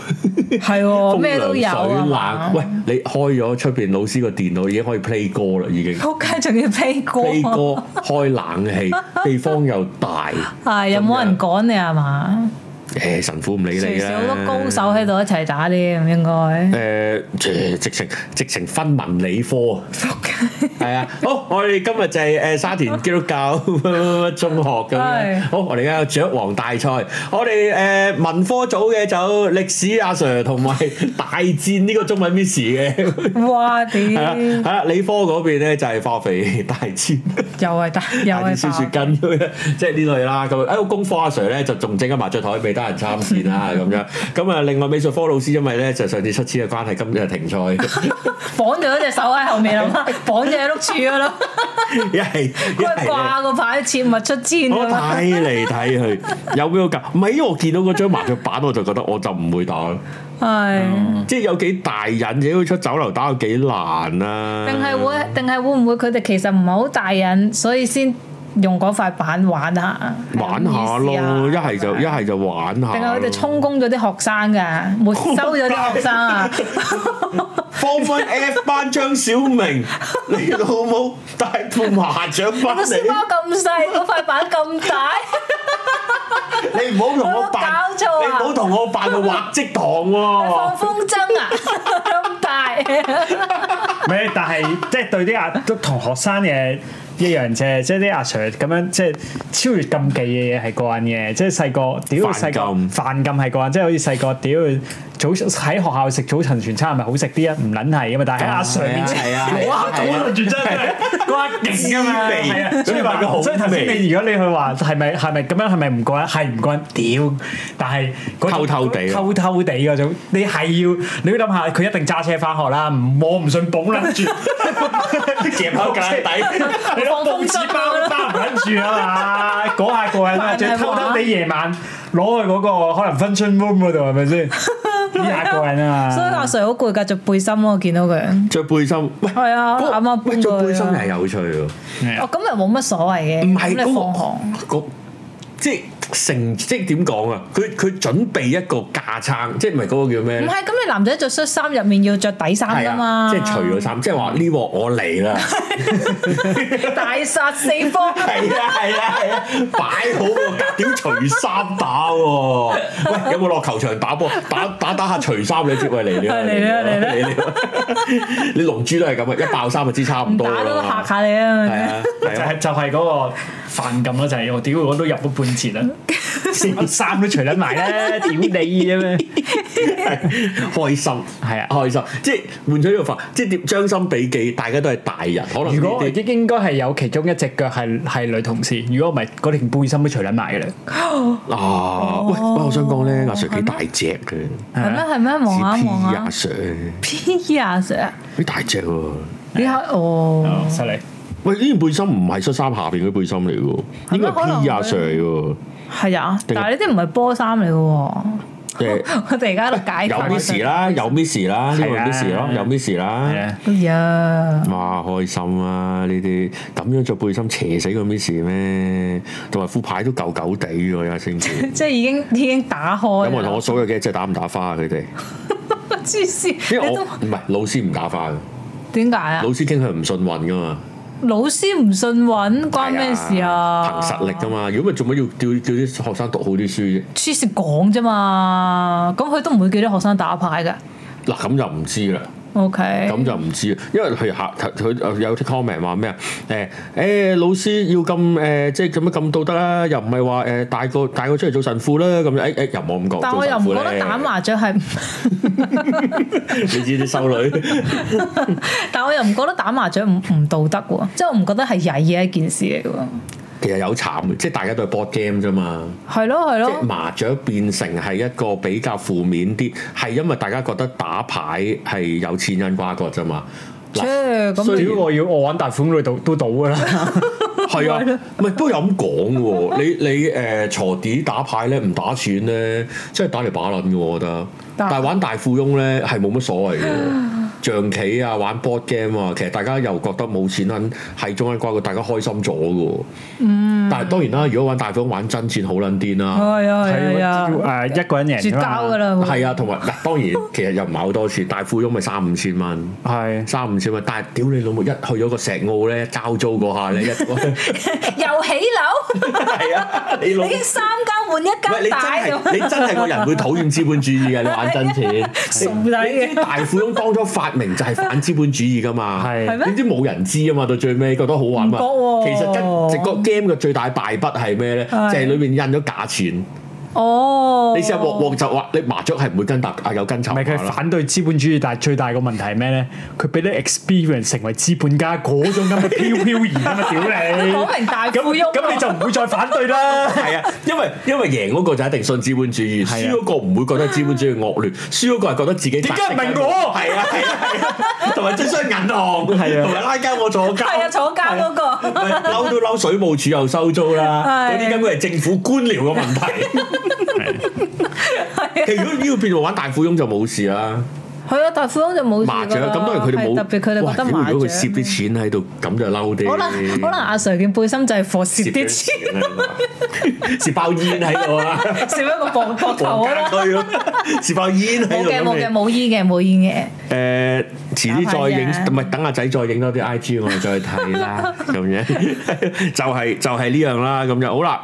S3: 係喎，咩都有
S1: 風涼水
S3: 啊
S1: 冷。，喂，你開咗出邊老師個電腦已經可以 play 歌啦， 已經。
S3: 仆街仲要飛
S1: play
S3: 歌，
S1: 歌開冷 氣，地方又大，
S3: 係有冇人趕你啊係嘛？
S1: 誒、神父唔理
S3: 隨
S1: 你
S3: 時
S1: 啦。
S3: 好多高手喺度一齊打啲咁 應該。
S1: 誒、直情直情分文理科啊！係啊，好，我哋今日就係誒沙田基督教 乜乜乜中學咁樣
S3: 係。
S1: 好，我哋而家有雀王大賽，我哋誒文科組嘅就歷史阿 Sir 同埋大戰呢個中文 Miss 嘅，
S3: 嗯
S1: 係
S3: 哇！
S1: 啦，
S3: 屌
S1: 係，啊啦，理科嗰邊咧就係化肥大戰。
S3: 又係打，又
S1: 大啲
S3: 係
S1: 小雪
S3: 打。
S1: 根咁樣，即係呢類啦。咁誒功課阿 Sir 咧就仲整緊麻雀台，未得人參戰 啦咁樣。咁啊，另外美術科老師因為咧就上次出錢嘅關係，今日停賽，
S3: 綁咗隻手喺後面啦，綁咗喺碌柱 嗰度，
S1: 一係一
S3: 佢
S1: 係呢
S3: 掛個牌切勿出 千
S1: 我
S3: 咁樣。
S1: 睇嚟睇去有邊個㗎？唔係因為我見到嗰張麻雀板，我就覺得我就唔會打咯。
S3: 係，
S1: 即係有幾大癮，你要出酒樓打有幾難啊？
S3: 定係會，定係會唔會佢哋其實唔係好大癮，所以先用嗰塊板玩下，
S1: 玩下咯，一係就一係就玩下咯。
S3: 啊定係佢哋充公咗啲學生噶，沒收咗啲學 生啊！
S1: 放翻 F 班張小 明，你老母帶副麻雀翻
S3: 個書
S1: 嚟。
S3: 包咁細，嗰塊板咁大，
S1: 你唔好同我扮，
S3: 有冇搞錯啊
S1: 你唔好同我扮個畫即堂
S3: 放
S1: 喎。
S3: 風箏 啊，咁大，
S2: 唔係，但係即係對啲阿都同學生嘅一樣啫，即係啲阿 Sir 咁樣即係超越禁忌嘅嘢係過癮嘅，即係細個屌
S1: 犯
S2: 細個
S1: 禁
S2: 犯禁係過癮，即係好似細個屌早喺學校食早晨全餐係咪好食啲啊？唔撚係噶嘛，但係喺阿 Sir 面前
S1: 係啊
S2: 攞下早晨全餐真係嗰下勁噶嘛，
S1: 滋味
S2: 係啊，所以
S1: 所以話佢好
S2: 話所以頭先
S1: 味
S2: 你如果你去話係咪係咪咁樣係咪唔過癮？係唔過癮，屌！但係嗰種
S1: 偷偷地啊
S2: 偷偷偷地嗰種，你係要你要諗下，佢一定揸車翻學啦，唔我唔信捧撚住， 夾
S1: 口夾 底，
S2: 你攞報紙包都包唔撚住啊嘛，嗰下過癮 啊，仲要偷偷地夜晚攞去嗰個可能 function room 嗰度係咪 先？呢下過癮啊
S3: 所以
S2: 嘛
S3: 阿，Sir 好攰㗎，着背心咯，我見到佢。
S1: 着背心，喂，
S3: 係啊
S1: 嗰
S3: 啱啱
S1: 喂
S3: 搬
S1: 着
S3: 過去
S1: 背心
S3: 啊
S1: 係有趣喎。
S3: 哦，咁又冇乜所謂嘅，
S1: 唔係
S3: 咁你放
S1: 嗰
S3: 行。
S1: 個嗰即係成即係點講啊？佢佢準備一個架撐，即係唔係嗰個叫咩
S3: 唔
S1: 咧？
S3: 係，咁你男仔着恤衫入面要着底衫
S1: 係
S3: 㗎嘛？
S1: 即係除咗衫，即係話呢鑊我嚟 啦。
S3: 大殺四 方。
S1: 係啊係啊係啊，擺好個格屌除衫打喎。喂，有冇落球場打波？打打打下除衫你接喂嚟啦
S3: 嚟啦嚟啦
S1: 嚟啦！ 你龍珠都係咁啊，一爆衫就知差唔
S3: 唔
S1: 多
S3: 打
S1: 啦
S3: 都
S1: 嘛
S3: 嚇。下你
S1: 係
S3: 啊！
S1: 啊，係
S2: 就
S1: 啊
S2: 係就係嗰個犯撳一齊，我屌我都入咗半 截啦，成衫都除撚埋 啦，屌你咁樣。
S1: 開心
S2: 係啊
S1: 開心，即係換取呢個法，即係點將心比己，大家都係大人，可能
S2: 如果
S1: 呢
S2: 應
S1: 啲
S2: 應該係有其中一隻腳係係女同事，如果唔係嗰條背心都除撚埋嘅啦。
S1: 啊，
S2: 哦
S1: 喂，喂我想講咧，阿 Sir 幾大隻嘅，
S3: 係咩係咩？望
S1: 似 P 啊
S2: 啊
S3: 下望
S1: 阿
S3: 下
S1: Sir，
S3: ，P 啊成日，
S1: 幾大隻喎！
S3: 你睇哦，
S2: 犀利，
S1: 喂，呢件背心唔係恤衫下邊嗰啲背心嚟嘅喎，
S3: 係咩
S1: 應該係
S3: 可能
S1: P
S3: 佢
S1: 阿 Sir 嚟 嘅
S3: 係啊，
S1: 定
S3: 但係呢啲唔係波衫嚟嘅喎，
S1: 喎，誒。
S3: 我哋而家都解
S1: 有
S3: 構
S1: miss 啦，有 miss 啦，呢個
S2: 係啊
S1: miss 咯，有 miss
S2: 係
S1: 啦，
S2: 啊，
S3: 哎呀，
S1: 哇，開心啊！呢啲咁樣着背心斜死個 miss 咩？同埋副牌都舊舊地喎，有星期。
S3: 即係已經已經打開
S1: 有冇人
S3: 啦
S1: 同我，數有幾隻打唔打花啊？佢哋，
S3: 黐線，
S1: 因為
S3: 你
S1: 我
S3: 都
S1: 唔係老師唔打花嘅，
S3: 點解啊
S1: 老？師傾向唔信運噶嘛，
S3: 老師唔信運關咩事啊？
S1: 憑實力噶嘛。如果咪做乜要叫叫啲學生讀好啲書啫？
S3: 黐線講啫嘛，咁佢都唔會叫啲學生打牌㗎。
S1: 嗱咁就唔知啦，
S3: OK，
S1: 咁就唔知啦，因為佢下佢有啲 comment 話咩啊？誒誒老師要咁誒，即係咁樣咁到得啦，又唔係話誒大個大個出嚟做神父啦咁樣，誒誒又冇咁講。
S3: 但我又唔覺得打，麻雀係，
S1: 你知啲修女
S3: 但我又唔覺得打麻雀唔唔道德喎，即係我唔覺得係曳嘅一件事嚟嘅喎。
S1: 其實有慘嘅，即係大家都係 board game 啫嘛。
S3: 係咯係
S1: 即係
S3: 咯，
S1: 麻雀變成係一個比較負面啲，係因為大家覺得打牌係有錢人瓜葛啫嘛。
S3: 切
S1: 嗱，
S3: 咁
S1: 雖
S2: 如果我要我玩大款，我都都賭㗎啦。
S1: 係啊，唔係不過有咁講嘅喎。你 你誒鋤地打牌咧，唔打錢咧，即係打嚟把撚嘅喎，我覺得。
S3: 但
S1: 但係玩大富翁咧係冇乜所謂嘅喎。象棋啊，玩 board game 啊，其實大家又覺得冇錢撚，係中間瓜葛，大家開心咗嘅喎。嗯。但係當然啦，如果玩大富翁玩真錢好撚癲啦。
S3: 係啊係
S2: 係
S3: 啊
S2: 啊，
S3: 係啊，
S2: 誒一個人贏
S3: 絕
S2: 㗎嘛
S3: 交㗎，啦會，
S1: 係啊，同埋嗱，當然 其實又唔係好多錢，大富翁咪三五千蚊，
S2: 係
S1: 三五千蚊，但係屌你老母一去咗個石澳咧，交租嗰下咧，一
S3: 又起樓，
S1: 係啊，你老
S3: 已
S1: 母
S3: 經。三間換
S1: 喂，
S3: 一
S1: 你真
S3: 間大啊
S1: 係
S3: 咁，
S1: 你真係個人會討厭資本主義嘅， 你玩真錢，
S3: 啊傻仔啊
S1: 你知
S3: 嘅，
S1: 大富翁當初發明就係反資本主義噶 嘛，
S2: 係係
S3: 咩
S1: 點知冇人知啊嘛，到最尾覺得好玩嘛，
S3: 唔
S1: 其
S3: 覺喎
S1: 實一直個 game 嘅最大敗筆係咩咧？就
S3: 係
S1: 係裏面印咗假錢，
S3: 哦，
S1: 你試下鑊鑊就話你麻雀係唔會跟大啊有跟
S2: 唔
S1: 籌
S2: 係佢
S1: 碼
S2: 係
S1: 啦。
S2: 反對資本主義，但係最大個問題係咩咧？佢俾你 experience 成為資本家嗰種咁嘅 飄飄然啊嘛，屌你！
S3: 講明大富翁啊
S2: 咁咁你就唔會再反對啦。
S1: 係啊，因為因為贏嗰個就一定信資本主義，
S2: 係啊
S1: 輸嗰個唔會覺得資本主義惡劣，輸嗰個係覺得自己
S2: 點解唔係我
S1: 係啊係啊係啊，同埋追商銀行，係
S2: 啊
S1: 同埋拉交我坐監，
S3: 係啊坐監嗰個
S1: 喂嬲都嬲，水務署又收租啦，嗰
S3: 係
S1: 啲根本係政府官僚嘅問題。
S3: 啊
S1: 其實如果呢個變做玩大富翁就冇事啦，
S3: 係啊，大富翁就冇事
S1: 麻雀啊
S3: 㗎啦
S1: 咁當然佢哋
S3: 係
S1: 冇，
S3: 特別佢哋覺得
S1: 哇
S3: 麻
S1: 如果佢
S3: 雀
S1: 攝。啲錢喺度，咁就嬲啲。
S3: 可能可能阿 Sir 件背心就係 for 攝啲錢，
S1: 錢喺度啊，攝包 煙喺度啊！
S3: 攝一個膊膊頭
S1: 黃
S3: 啦
S1: 家。區咯， 是否煙喺
S3: 冇
S1: 度
S3: 嘅冇嘅
S1: 咁你？
S3: 冇煙嘅冇煙
S1: 誒，遲啲再影，
S3: 打牌啫
S1: 唔係等阿仔再影多啲 I G，我哋再睇 啦。咁樣 就係就係呢樣啦。咁就好啦，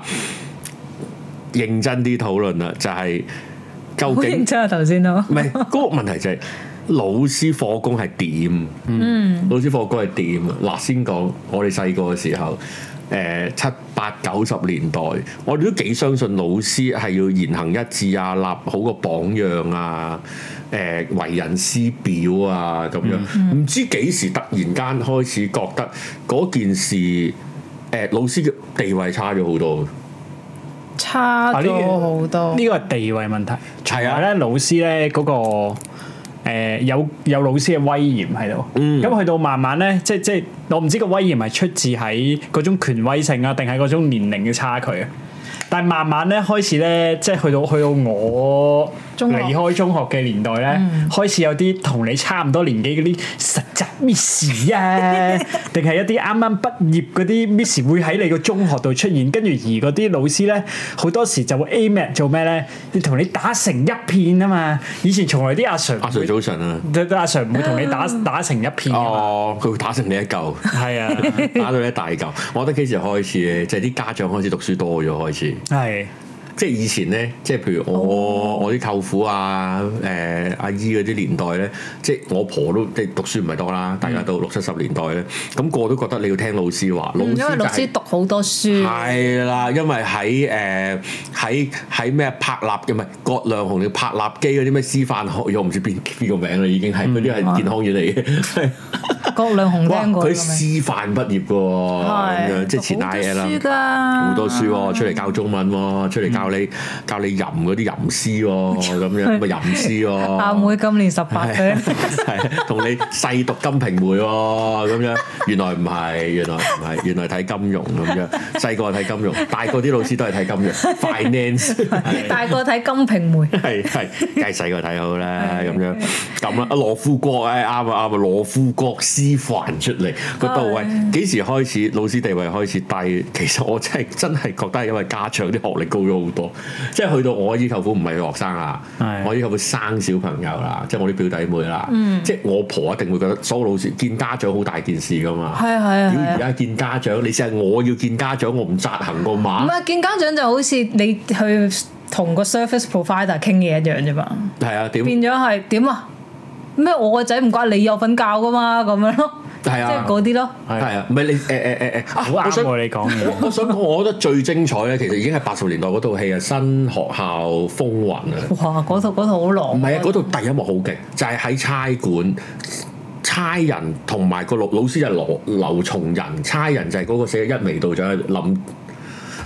S1: 認真啲討論啦，就係
S3: 嘅，
S1: 究
S3: 好
S1: 竟
S3: 認真啊頭先都
S1: 唔。係嗰個問題就係老師課工係點？嗯，老師課工係點？嗱，先講我哋細個嘅時候。誒、七八九十年代，我哋都幾相信老師係要言行一致啊，立好個榜樣啊，誒、為人師表啊咁樣。唔、知幾時突然間開始覺得嗰件事誒、老師嘅地位差咗好多。
S3: 差
S2: 啊呢
S3: 咗好多。
S2: 呢個係地位問題。
S1: 係啊
S2: 同埋咧老師咧嗰、個、呃、有有老師嘅威嚴喺度。咁、
S1: 嗯
S2: 去到慢慢咧，即即我唔知個威嚴係出自喺嗰種權威性啊，定係嗰種年齡嘅差距啊。但係慢慢咧，開始咧，即係去到去到我
S3: 中學
S2: 離開中學嘅年代咧，開始有啲同你差唔多年紀嗰啲實習 miss 啊，定係一啲啱啱畢業嗰啲 miss 會喺你個中學度出現，跟住而嗰啲老師咧，好多時就會 aim at 做咩咧？要同你打成一片啊嘛！以前從來啲阿 Sir
S1: 阿 Sir 早晨啊！
S2: 都阿 Sir 唔會同你 打打成一片㗎嘛，
S1: 哦，佢會打成你一嚿。
S2: 係啊，
S1: 打到你一大嚿。我覺得幾時開始咧，就係啲家長開始讀書多咗開始。
S2: 係
S1: 即係以前咧，即係譬如
S3: 哦
S1: 我我啲舅父啊、誒、阿姨嗰啲年代咧，即係我婆都即係讀書唔係多啦，
S3: 嗯
S1: 大家都六七十年代咧，咁個個都覺得你要聽老師話，老
S3: 嗯
S1: 師
S3: 因為
S1: 就
S3: 老
S1: 係
S3: 師讀好多書，
S1: 係啦，因為喺誒喺喺咩柏立嘅唔係葛量洪定柏立基嗰啲咩師範學院，我唔知邊邊個名啦，已經係嗰啲係健康院嚟 嘅。
S3: 郭亮雄
S1: 哇！
S3: 嗯聽過
S1: 佢
S3: 咁
S1: 師範畢業嘅喎，咁樣
S3: 樣，
S1: 即係前
S3: 讀
S1: 大
S3: 好多
S1: 嘢啦。
S3: 書㗎，
S1: 好多書
S3: 啊
S1: 喎，出嚟教中文喎，出嚟教
S3: 嗯
S1: 你教你吟嗰啲吟詩喎，咁 樣咪吟詩喎。
S3: 阿妹今年十八歲
S1: 係，係同你細讀《金瓶梅》喎，咁樣原來唔係，原來唔係，原來睇金融咁樣，細個睇金融，大個啲老師都係睇金融 finance，
S3: 大個睇《金瓶梅》，
S1: 係係，梗係細個睇好啦，咁樣咁啦，阿羅富國誒啱啊啱啊，羅富國師範出嚟個道位幾時開始老師地位開始低？其實我真係真係覺得係因為家長啲學歷高咗好多，即係去到我姨舅父唔係學生啊
S2: 係，
S1: 我依舅父生小朋友啦，即係我啲表弟妹啦，
S3: 嗯
S1: 即係我婆一定會覺得所有老師見家長好大件事噶嘛。
S3: 係啊係啊
S1: 屌
S3: 係
S1: 而
S3: 啊。
S1: 家見家長，你成日我要見家長，我唔扎行個馬
S3: 唔。係見家長就好似你去同個 service provider 傾嘢一樣啫嘛，
S1: 係啊，點？
S3: 變咗係點啊？咩我個仔唔關你有份教噶嘛，咁樣咯，即
S1: 係啊
S3: 係嗰啲咯。
S2: 係
S1: 係啊，唔係你誒誒誒誒，啊
S2: 好
S1: 我
S2: 啱
S1: 想
S2: 喎你講嘢。
S1: 我我想講，我覺得最精彩咧，其實已經係八十年代嗰套戲啊，《新學校風雲》啊。
S3: 哇！嗰套嗰套好
S1: 唔
S3: 狼，
S1: 係啊，嗰套第一幕好勁，就係、喺差館，差人同埋個老老師就係羅劉松仁，差人就係嗰個寫一眉道長林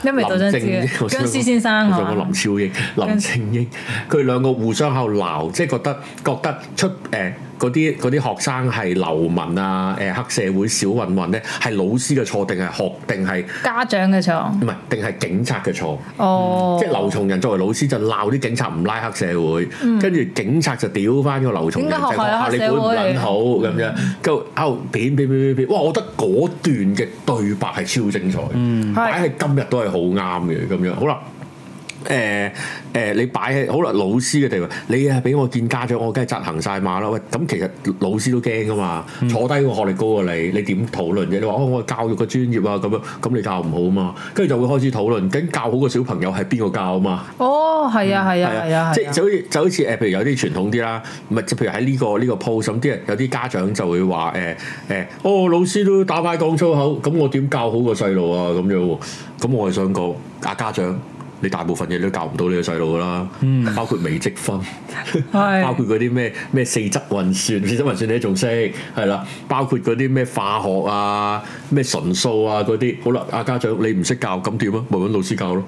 S3: 因為杜真知
S1: 林正
S3: 嘅僵屍先生
S1: 我想講
S3: 啊
S1: 林，超英、林正英，佢兩個互相喺度鬧，即係覺得覺得出誒嗰啲嗰啲學生係流民啊、誒、黑社會小混混咧，係老師嘅錯定係學定係
S3: 家長嘅錯
S1: 唔係定係警察嘅錯？
S3: 哦，
S1: 即係劉松仁作為老師就鬧啲警察唔拉黑社會，跟住、警察就屌翻個劉松仁，
S3: 嗯點
S1: 就
S3: 解學校有
S1: 話啊你
S3: 黑
S1: 管
S3: 社會
S1: 唔撚好咁樣，跟住哦喺度片片片片片，哇！我覺得嗰段嘅對白係超精彩，擺喺今日都係好啱嘅咁樣。好啦。誒誒、你擺喺好啦，老師嘅地位，你啊俾我見家長，我梗係扎行晒馬啦。喂，咁其實老師都驚噶嘛，坐低個學歷高過你，你點討論啫？你話哦，我係教育嘅專業啊，咁樣咁你教唔好啊嘛，跟住就會開始討論，緊教好個小朋友係邊個教啊嘛。
S3: 哦，係啊係啊係啊
S1: 即係
S3: 係啊，
S1: 就好似就好似誒，譬如有啲傳統啲啦，唔係即係譬如喺呢個呢個 post 咁，啲人有啲家長就會話誒誒，哦老師都打牌講粗口，咁我點教好個細路啊咁樣喎？咁我係想講啊家長。你大部分嘢都教唔到你個細路㗎啦，
S3: 嗯
S1: 包括微積分，
S3: 係
S1: 包括嗰啲咩咩四則運算，四則運算你都仲識，係啦，包括嗰啲咩化學啊、咩純數啊嗰啲，好啦，阿家長你唔識教咁點啊？咪揾老師教咯。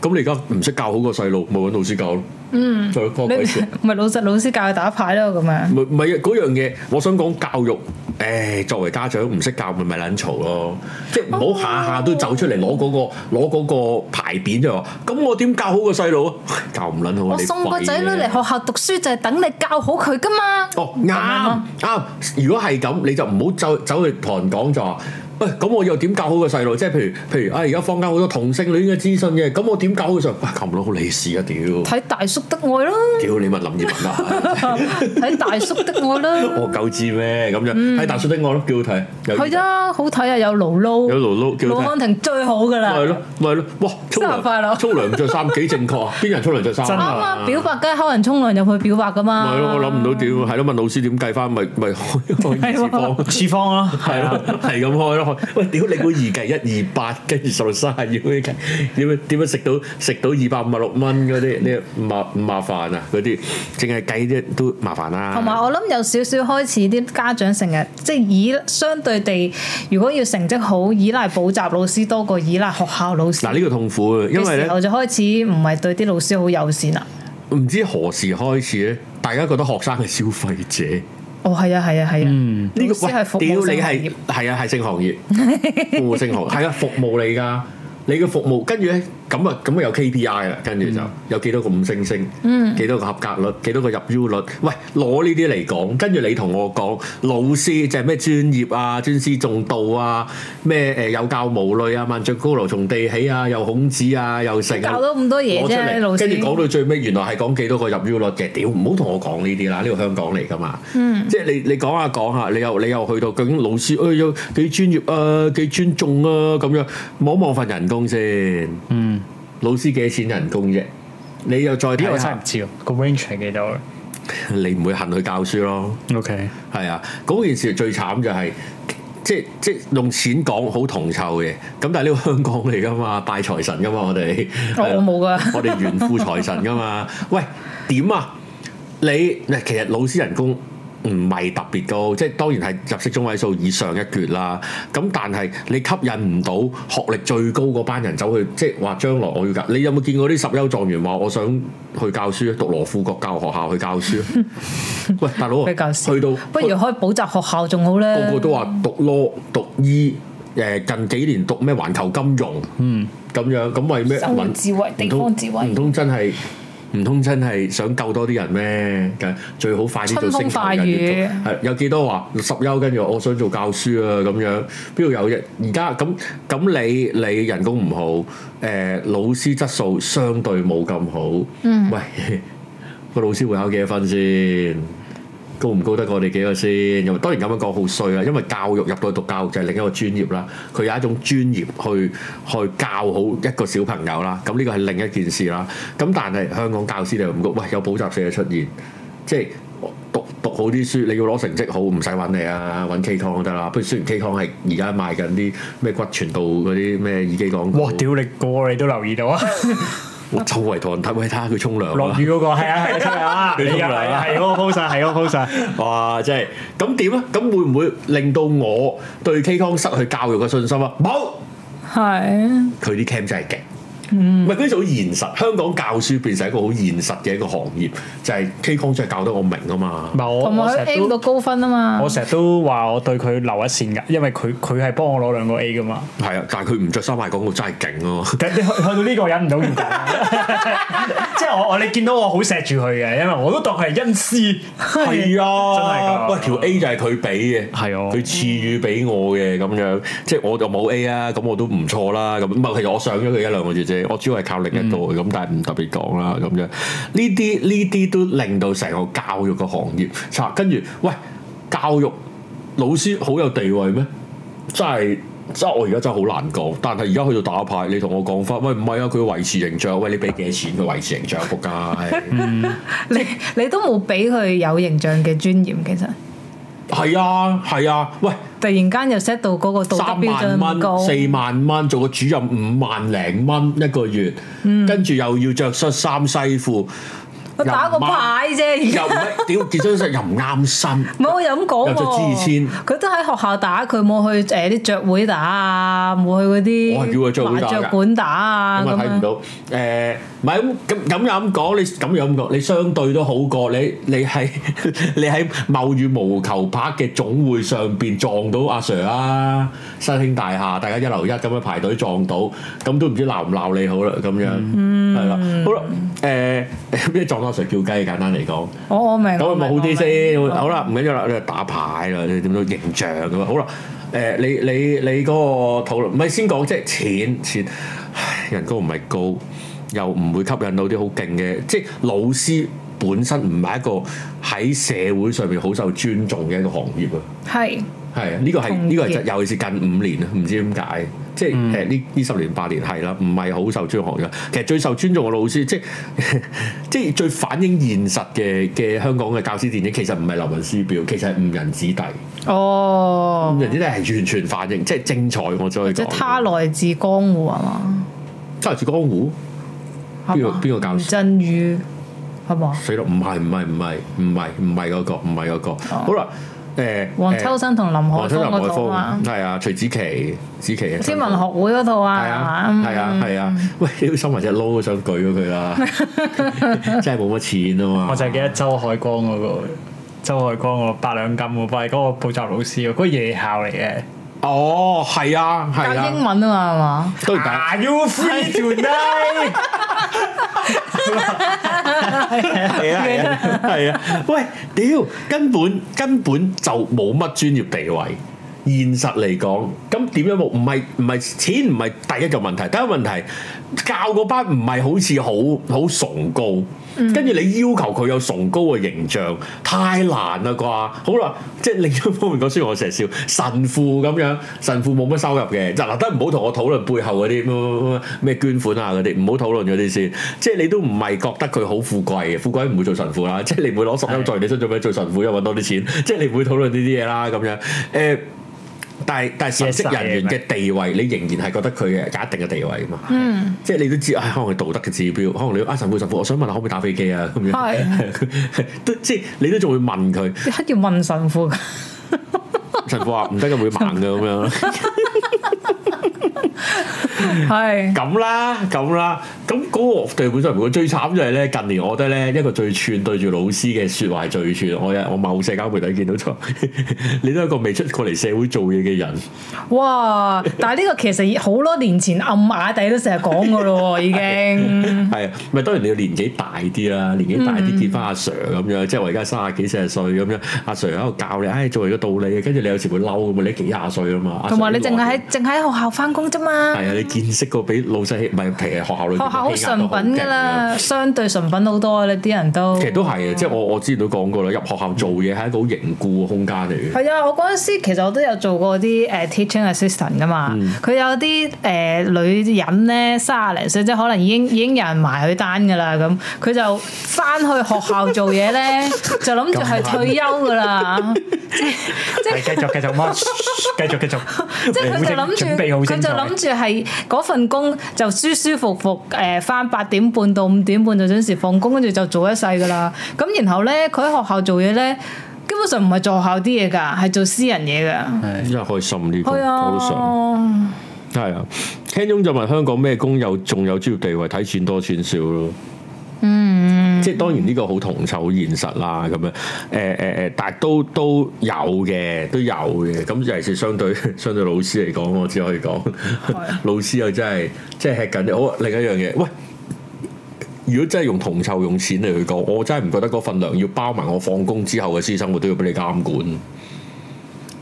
S1: 咁你而家唔識教好個細路，咪揾老師教咯。嗯，再講
S3: 你
S1: 鬼事。
S3: 唔係老實老師教佢打牌咯咁樣。
S1: 唔係唔係啊嗰樣嘢，我想講教育，誒作為家長唔識教咪咪撚嘈咯，即係唔好
S3: 哦
S1: 下下都走出嚟攞嗰個攞嗰個牌匾就話，咁我點教好個細路啊？教唔撚好啊
S3: 我
S1: 你
S3: 送個
S1: 廢
S3: 仔女
S1: 嘅
S3: 嚟學校讀書就係等你教好佢噶嘛。
S1: 哦，
S3: 咁樣咯
S1: 啱啱。如果係咁，你就唔好走走去同人講就話，喂、咁我又點教好個細路？即係譬如譬如啊，而家坊間好多同性戀嘅資訊嘅，咁我點教好個細路？哇，求唔到好你事啊！屌，
S3: 睇大叔的 愛啦，
S1: 屌你咪林二汶啊！
S3: 睇大叔的愛啦，
S1: 我夠知咩咁樣？
S3: 嗯
S1: 睇大叔的愛咯，叫佢睇。有
S3: 係啊，好睇啊，有勞撈，
S1: 有勞撈叫佢
S3: 盧
S1: 睇
S3: 漢廷最好噶
S1: 咪係
S3: 啦，
S1: 咯，咪係咯，哇！沖
S3: 啊生日快
S1: 涼，
S3: 樂
S1: 沖涼唔着衫幾正確 啊？邊人沖涼着衫
S2: 真
S3: 啱
S1: 啊？
S2: 係
S3: 啊，表白梗係可能沖涼入去表白噶嘛，
S1: 咪係咯，我諗唔到屌，係咯，問老師點計翻，咪咪開開二次方。
S2: 次方啦，係
S1: 係
S2: 啦
S1: 咯，，
S3: 啊
S1: 係咁開咯。喂，屌你估二計一二八，跟住十六三要點計？點樣點樣食到食到二百五十六蚊嗰啲？你麻唔麻煩啊？嗰啲淨係計啲都麻煩啦。
S3: 同埋我諗有少少開始啲家長成日即係以相對地，如果要成績好，依賴補習老師多過依賴學校老師
S1: 嗱呢個痛苦啊，因為
S3: 嘅時
S1: 咧
S3: 候就開始唔係對啲老師好友善啦。
S1: 唔知何時開始咧，大家覺得學生係消費者。
S3: 哦，係啊，係啊，係啊，呢
S1: 嗯呢
S3: 個
S1: 個
S3: 係服務
S1: 屌
S3: 性
S1: 你
S3: 行業
S1: 係係啊係性行業，服務性 行係啊服務嚟㗎。你嘅服務跟住咧，咁啊咁啊有 KPI 啦，跟住
S3: 嗯
S1: 就有幾多個五星星，幾多個合格率，幾多個入 U 率。喂，攞呢啲嚟講，跟住你同我講，老師就係咩專業啊、尊師重道啊、咩誒有教無類啊、萬丈高樓從地起啊、又孔子啊、又成啊。
S3: 教到咁多
S1: 攞
S3: 嘢
S1: 出
S3: 啫，老
S1: 嚟，跟住講
S3: 師。
S1: 到最尾，原來係講幾多個入 U 率嘅，屌唔好同我講呢啲啦，呢個香港嚟噶嘛，
S3: 嗯
S1: 即係你你講下講下，你又你又去到究竟老師誒、哎、有幾專業啊，幾尊重啊咁樣，望一望份人工先，
S2: 嗯，
S1: 老師幾多錢人工啫？你又再
S2: 呢個
S1: 睇
S2: 真係唔
S1: 下，
S2: 知喎，個 range 係幾多
S1: 你唔會恨佢教書咯。
S2: ？OK，
S1: 係啊，嗰件事最慘就係、即係即係用錢講好銅臭嘅，咁但係呢個香港嚟噶嘛，拜財神噶嘛，我哋
S3: 哦我
S1: 係啊
S3: 我冇㗎
S1: 我哋炫富財神噶嘛，喂點啊？你嗱其實老師人工唔係特別高，即係當然係入息中位數以上一橛啦。咁但係你吸引唔到學歷最高嗰班人走去，即係話將來我要教。你有冇見過啲十優狀元話我想去教書，讀羅富國教學校去教書？喂，大佬啊，
S3: 比較少
S1: 去到
S3: 不如開補習學校仲好咧。
S1: 個個都話讀 law 讀醫，誒、近幾年讀咩環球金融，嗯，咁樣咁為咩
S3: 生活
S1: 揾
S3: 智慧地
S1: 唔通
S3: 方智慧
S1: 唔通真係唔通真係想救多啲人咩？梗係最好快啲做
S3: 春
S1: 星
S3: 風
S1: 球
S3: 化
S1: 人
S3: 雨
S1: 越早係有幾多話十優跟住我想做教書啊咁樣，邊度有啫？而家咁咁你你人工唔好，誒、老師質素相對冇咁好，嗯，喂 個老師會考幾多分先？高唔高得過我哋幾個先？咁當然咁樣講好衰啊啦，因為教育入到去讀教育就係另一個專業啦，佢有一種專業去去教好一個小朋友啦，咁呢個係另一件事啦。咁但係香港教師你又唔覺，喂有補習社嘅出現，即係讀讀好啲書，你要攞成績好，唔使揾你啊，揾 K 康得啦。不如雖然 K 康係而家賣緊啲咩骨傳導嗰啲咩耳機廣告，
S2: 哇！屌你個你都留意到啊！
S1: 我周圍同人睇，喂睇下佢沖涼
S2: 落
S1: 啦。
S2: 雨嗰個係啊 係啊係啊，
S1: 你
S2: 你
S1: 沖
S2: 又
S1: 涼
S2: 係
S1: 啊
S2: 係嗰個 pose 啊係嗰個 pose 啊。
S1: 哇！真係咁點啊？咁會唔會令到我對 K 康失去教育嘅信心啊？冇，
S3: 係
S1: 佢啲 cam 真係勁。唔係嗰種好現實，香港教書變成一個好現實嘅一個行業，就係 K 康真係教得我明啊嘛
S2: 唔。係我
S3: 同埋
S2: 我
S3: 佢
S2: 成
S3: aim
S2: 日
S3: 到
S2: 都
S3: 高分啊嘛
S2: 我。成日都話我對佢留一線㗎，因為佢佢係幫我攞兩個 A 㗎嘛。
S1: 係啊，但係佢唔着衫賣廣告真係勁啊咯。
S2: 咁你去去到呢個忍唔到要講， 即係我我你見到我好錫住佢嘅，因為我都當佢係恩師。
S1: 係啊，
S2: 真係㗎
S1: 喂條 A 就係佢俾嘅，
S2: 係啊
S1: 佢賜予俾我嘅咁樣，即係我就冇 A 啊，咁我都唔錯啦。咁唔係，其實我上咗佢一兩個月啫，我主要係靠另一個
S2: 嗯
S1: 咁，但係唔特別講啦咁樣。呢啲呢啲都令到成個教育嘅行業拆，跟住喂教育老師好有地位咩？真係。真係我而家真係好難講，但係而家去到打牌，你同我講翻，喂唔係啊，佢維持形象，喂你俾幾多錢佢維持形象，仆街。
S2: 嗯
S3: 你你都冇俾佢有形象嘅尊嚴，其實
S1: 係啊係啊，喂
S3: 突然間又 set 到嗰個道德
S1: 三
S3: 標準
S1: 萬
S3: 咁高
S1: 蚊、。四萬蚊，做個主任五萬零蚊一個月，
S3: 嗯
S1: 跟住又要着恤衫西褲，
S3: 我打個
S1: 又唔啱，
S3: 牌啫，而
S1: 又
S3: 家
S1: 唔係屌結咗身又唔啱身，
S3: 唔係我又咁講
S1: 又着
S3: 喎。
S1: 支簽
S3: 佢都喺學校打，佢冇去誒啲雀會打啊，冇去嗰
S1: 我係叫佢雀
S3: 啲
S1: 會
S3: 麻
S1: 打㗎
S3: 雀館打啊
S1: 咁
S3: 咁
S1: 啊睇唔
S3: 樣。
S1: 到。誒，唔係咁咁咁又咁講，你咁又咁講，你相對都好過你你喺 你喺某羽毛球拍嘅總會上邊撞到阿 Sir 啊，新興大廈大家一樓一咁樣排隊撞到，咁都唔知鬧唔鬧你好啦咁樣，係啦，好啦，誒 咩撞到阿 Sir 叫雞簡單嚟講。
S3: 我我明。
S1: 咁啊
S3: 我
S1: 咪
S3: 明
S1: 好啲先，
S3: 我明
S1: 好啦，唔緊要啦，你打牌啦，你點到形象咁啊？好啦，誒、你你你嗰個討論，唔係先講即係錢錢，唉人工唔係高，又唔會吸引到啲好勁嘅，即係老師本身唔係一個喺社會上面好受尊重嘅一個行業啊。
S3: 係。
S1: 係啊，呢個係
S3: 同意
S1: 呢個係就尤其是近五年啊，唔知點解，即係
S3: 嗯
S1: 誒呢呢十年八年係啦，唔係好受尊重嘅。其實最受尊重嘅老師，即係 即係最反映現實嘅嘅香港嘅教師電影，其實唔係流雲師表，其實係誤人子弟。
S3: 哦
S1: 誤，人子弟係完全反映，即係精彩。我再講，
S3: 即係他來自江湖啊嘛，
S1: 他來自江湖，邊個
S3: 哦係嘛
S1: 邊個教
S3: 吳
S1: 授
S3: 鎮宇係嘛？
S1: 死咯！唔係唔係唔係唔係唔係嗰個，唔係嗰個。好啦，誒
S3: 哦黃秋生同林海
S1: 黃
S3: 峰
S1: 秋林
S3: 嗰
S1: 海
S3: 套啊
S1: 峰
S3: 嘛，
S1: 係啊，徐子淇，子淇嘅
S3: 天文學會嗰套
S1: 係
S3: 啊，
S1: 啊，係啊，係啊！喂，你要收埋隻撈都想舉咗佢 啦，真係冇乜錢啊嘛！
S2: 我就係記得周海光嗰、個。周海光個八兩金喎，係嗰個補習老師喎，嗰、個夜校嚟嘅。
S1: 哦，係啊，係
S3: 教英
S1: 啊，
S3: 文啊啊嘛，係
S1: 都
S3: 嘛？
S1: 大
S2: you free tonight？
S1: 係啊，係啊，係啊！ 喂，屌，根本根本就冇乜專業地位。現實嚟講，咁點樣冇？唔係唔係錢唔係第一個問題，第一個問題教嗰班唔係好似好好崇高，
S3: 嗯
S1: 跟住你要求佢有崇高嘅形象，太難啦啩？好啦，即係另一方面講，雖然我成日笑神父咁樣，神父冇乜收入嘅，嗱嗱得唔好同我討論背後嗰啲乜乜乜咩捐款啊嗰啲，唔好討論嗰啲先。即係你都唔係覺得佢好富貴嘅，富貴唔會做神父啦。即係你唔會攞十蚊在你身做咩做神父，又揾多啲錢。即係你唔會討論呢啲嘢啦咁樣。誒、但係但係神職人員嘅地位，你仍然係覺得佢有一定嘅地位噶嘛？
S3: 嗯，
S1: 即係你都知，唉，可能係道德嘅指標，可能你啊神父神父，我想問下可唔可以打飛機啊咁樣
S3: 係，
S1: 都即係你都仲會問佢，
S3: 一定要問 神父㗎，
S1: 神父話唔得嘅會盲嘅咁樣，
S3: 係
S1: 咁啦咁啦，咁嗰個對本身唔好，最慘就係咧近年我覺得咧一個最串對住老師嘅説話係最串，我有我某社交媒體見到咗， 你都係一個未出過嚟社會做嘢嘅人，
S3: 哇！但係呢個其實好多年前暗啞底都成日講㗎咯喎，已經
S1: 係啊，咪當然你要年紀大啲啦，年紀大
S3: 嗯
S1: 啲見翻阿 Sir 咁樣，即係我而家三十幾四十歲咁樣，阿 Sir 喺度教你，唉、做人嘅道理，跟住你有時會嬲咁嘛，你幾廿歲啊嘛，阿 Sir
S3: 同埋你淨係
S1: 耐
S3: 喺淨喺學校翻工啫嘛。
S1: 係啊，你見識過俾老細氣唔係譬如學校裏邊
S3: 學校好
S1: 嘅欺壓都
S3: 純
S1: 好
S3: 品㗎
S1: 勁
S3: 啦，相對純品好多啦，啲人都
S1: 其實都係嘅，即係我我之前都講過啦，入學校做嘢係一個好凝固嘅空間嚟嘅。
S3: 係啊！我嗰陣時其實我都有做過啲誒、呃 teaching assistant 噶嘛，
S1: 嗯
S3: 佢、有啲誒、呃女人咧卅零歲，即係可能已經已經有人埋佢單噶啦咁，佢就翻去學校做嘢咧，就諗住係退休噶啦， 即係
S2: 係繼續繼續乜？ 繼續繼續，
S3: 即係佢就諗
S2: 準備好
S3: 住，佢
S2: 精
S3: 就
S2: 彩
S3: 諗住係嗰份工就舒舒服服誒，翻八點半到五點半就準時放工，跟住就做一世噶啦。咁然後咧，佢喺學校做嘢咧，基本上唔係做學校啲嘢㗎，係做私人嘢
S2: 嗯
S3: 㗎。
S1: 真係開心呢個，
S3: 嗯係啊，
S1: 我都想。係啊聽眾就問香港咩工有仲有專業地位，睇錢多錢少咯。嗯，即係當然呢個好同臭好現實啦，咁樣誒誒誒，但係都都有嘅，都有嘅。咁尤其是相對 相對老師嚟講，我只可以講
S3: 啊
S1: 老師又真係即係吃緊。好，啊另一樣嘢，喂。如果真係用銅臭用錢嚟去講，我真係唔覺得嗰份糧要包埋我放工之後嘅私生活都要俾你監管。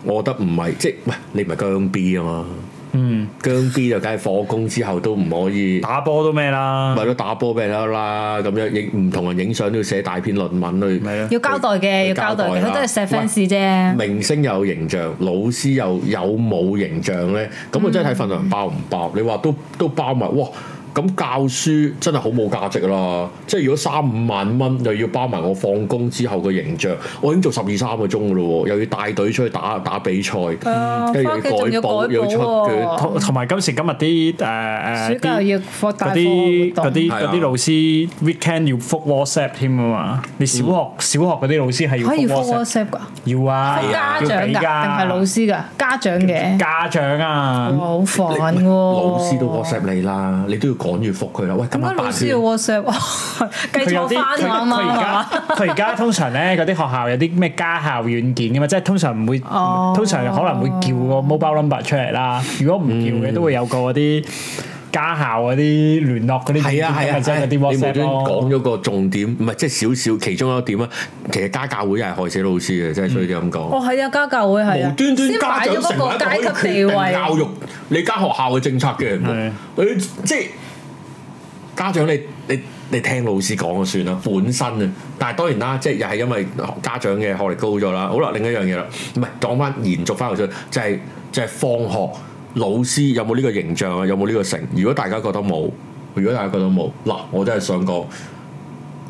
S1: 我覺得唔係，即係喂，你唔係姜 B 啊嘛。
S2: 嗯，
S1: 姜 B 就梗係放工之後都唔可以，
S2: 打波都咩啦
S1: 咪，咯打波俾人得啦，咁樣影唔同人影相都要寫大篇論文去。
S2: 咪咯，
S3: 要交代嘅，要交代嘅，佢都係錫 fans 啫。
S1: 明星有形象，老師又有冇形象咧？咁
S3: 嗯
S1: 我真係睇份量包唔包？你話都都包埋，哇！咁教書真係好冇價值啦！即係如果三五萬蚊又要包埋我放工之後嘅形象，我已經做十二三個鐘噶咯喎，又要帶隊出去打打比賽，
S3: 啊
S1: 跟住、
S3: 返
S1: 要
S3: 屋企
S1: 改
S3: 仲要
S1: 報，又要
S3: 改
S1: 出
S3: 簿喎
S1: 卷。
S2: 同同埋今時今日啲誒誒
S3: 暑假
S2: 啲
S3: 又要課大
S2: 嗰
S3: 課
S2: 啲嗰
S3: 活動
S2: 啲
S1: 係啊
S2: 嗰啲老師 weekend 要覆 WhatsApp 添啊嘛，你小學小學嗰啲老師係要
S3: 可以
S2: 覆
S3: 覆
S2: WhatsApp，
S3: WhatsApp 㗎，
S2: 要啊，
S3: 係家長
S2: 要
S3: 㗎，
S2: 俾
S3: 定係老師哦㗎？家長嘅，
S2: 家長啊
S3: 哇，好煩喎。
S1: 老師都 WhatsApp 你啦，你都要趕住覆佢啦。喂，啊今
S3: 點解
S1: 晚
S3: 啊老
S1: 八
S3: 師
S1: 點
S3: 要 WhatsApp？計
S2: 佢有
S3: 錯
S2: 啲
S3: 翻
S2: 佢佢
S3: 啊
S2: 而
S3: 嘛，
S2: 家佢而家通常咧嗰啲學校有啲咩家校軟件噶嘛，即係通常唔會，
S3: 哦
S2: 通常可能會叫個 mobile number 出嚟啦。如果唔叫
S1: 嗯
S2: 嘅，都會有個嗰啲家校嗰啲聯絡嗰啲軟
S1: 係
S2: 件
S1: 啊係啊，
S2: 咪即係嗰
S1: 你
S2: 啲
S1: 無端
S2: WhatsApp 咯。
S1: 講咗個重點，唔係即係少少其中一點啊。其實家教會又係害死老師嘅，真係所以咁講。
S3: 哦係啊，家教會係啊，
S1: 無端端
S3: 先
S1: 家
S3: 擺
S1: 長
S3: 咗
S1: 成為
S3: 嗰個
S1: 一個可以
S3: 階
S1: 決
S3: 級地
S1: 定
S3: 位，
S1: 教育你間學校嘅政策嘅人
S2: 係，
S1: 佢即係家長你你。你聽老師講就算啦，本身啊，但係當然啦，即係又係因為家長嘅學歷高咗啦。好啦，另一樣嘢啦，唔係講翻延續翻頭先，就係、就係、放學老師有冇呢個形象啊，有冇呢個成？如果大家覺得冇，如果大家覺得冇，嗱，我真係想講，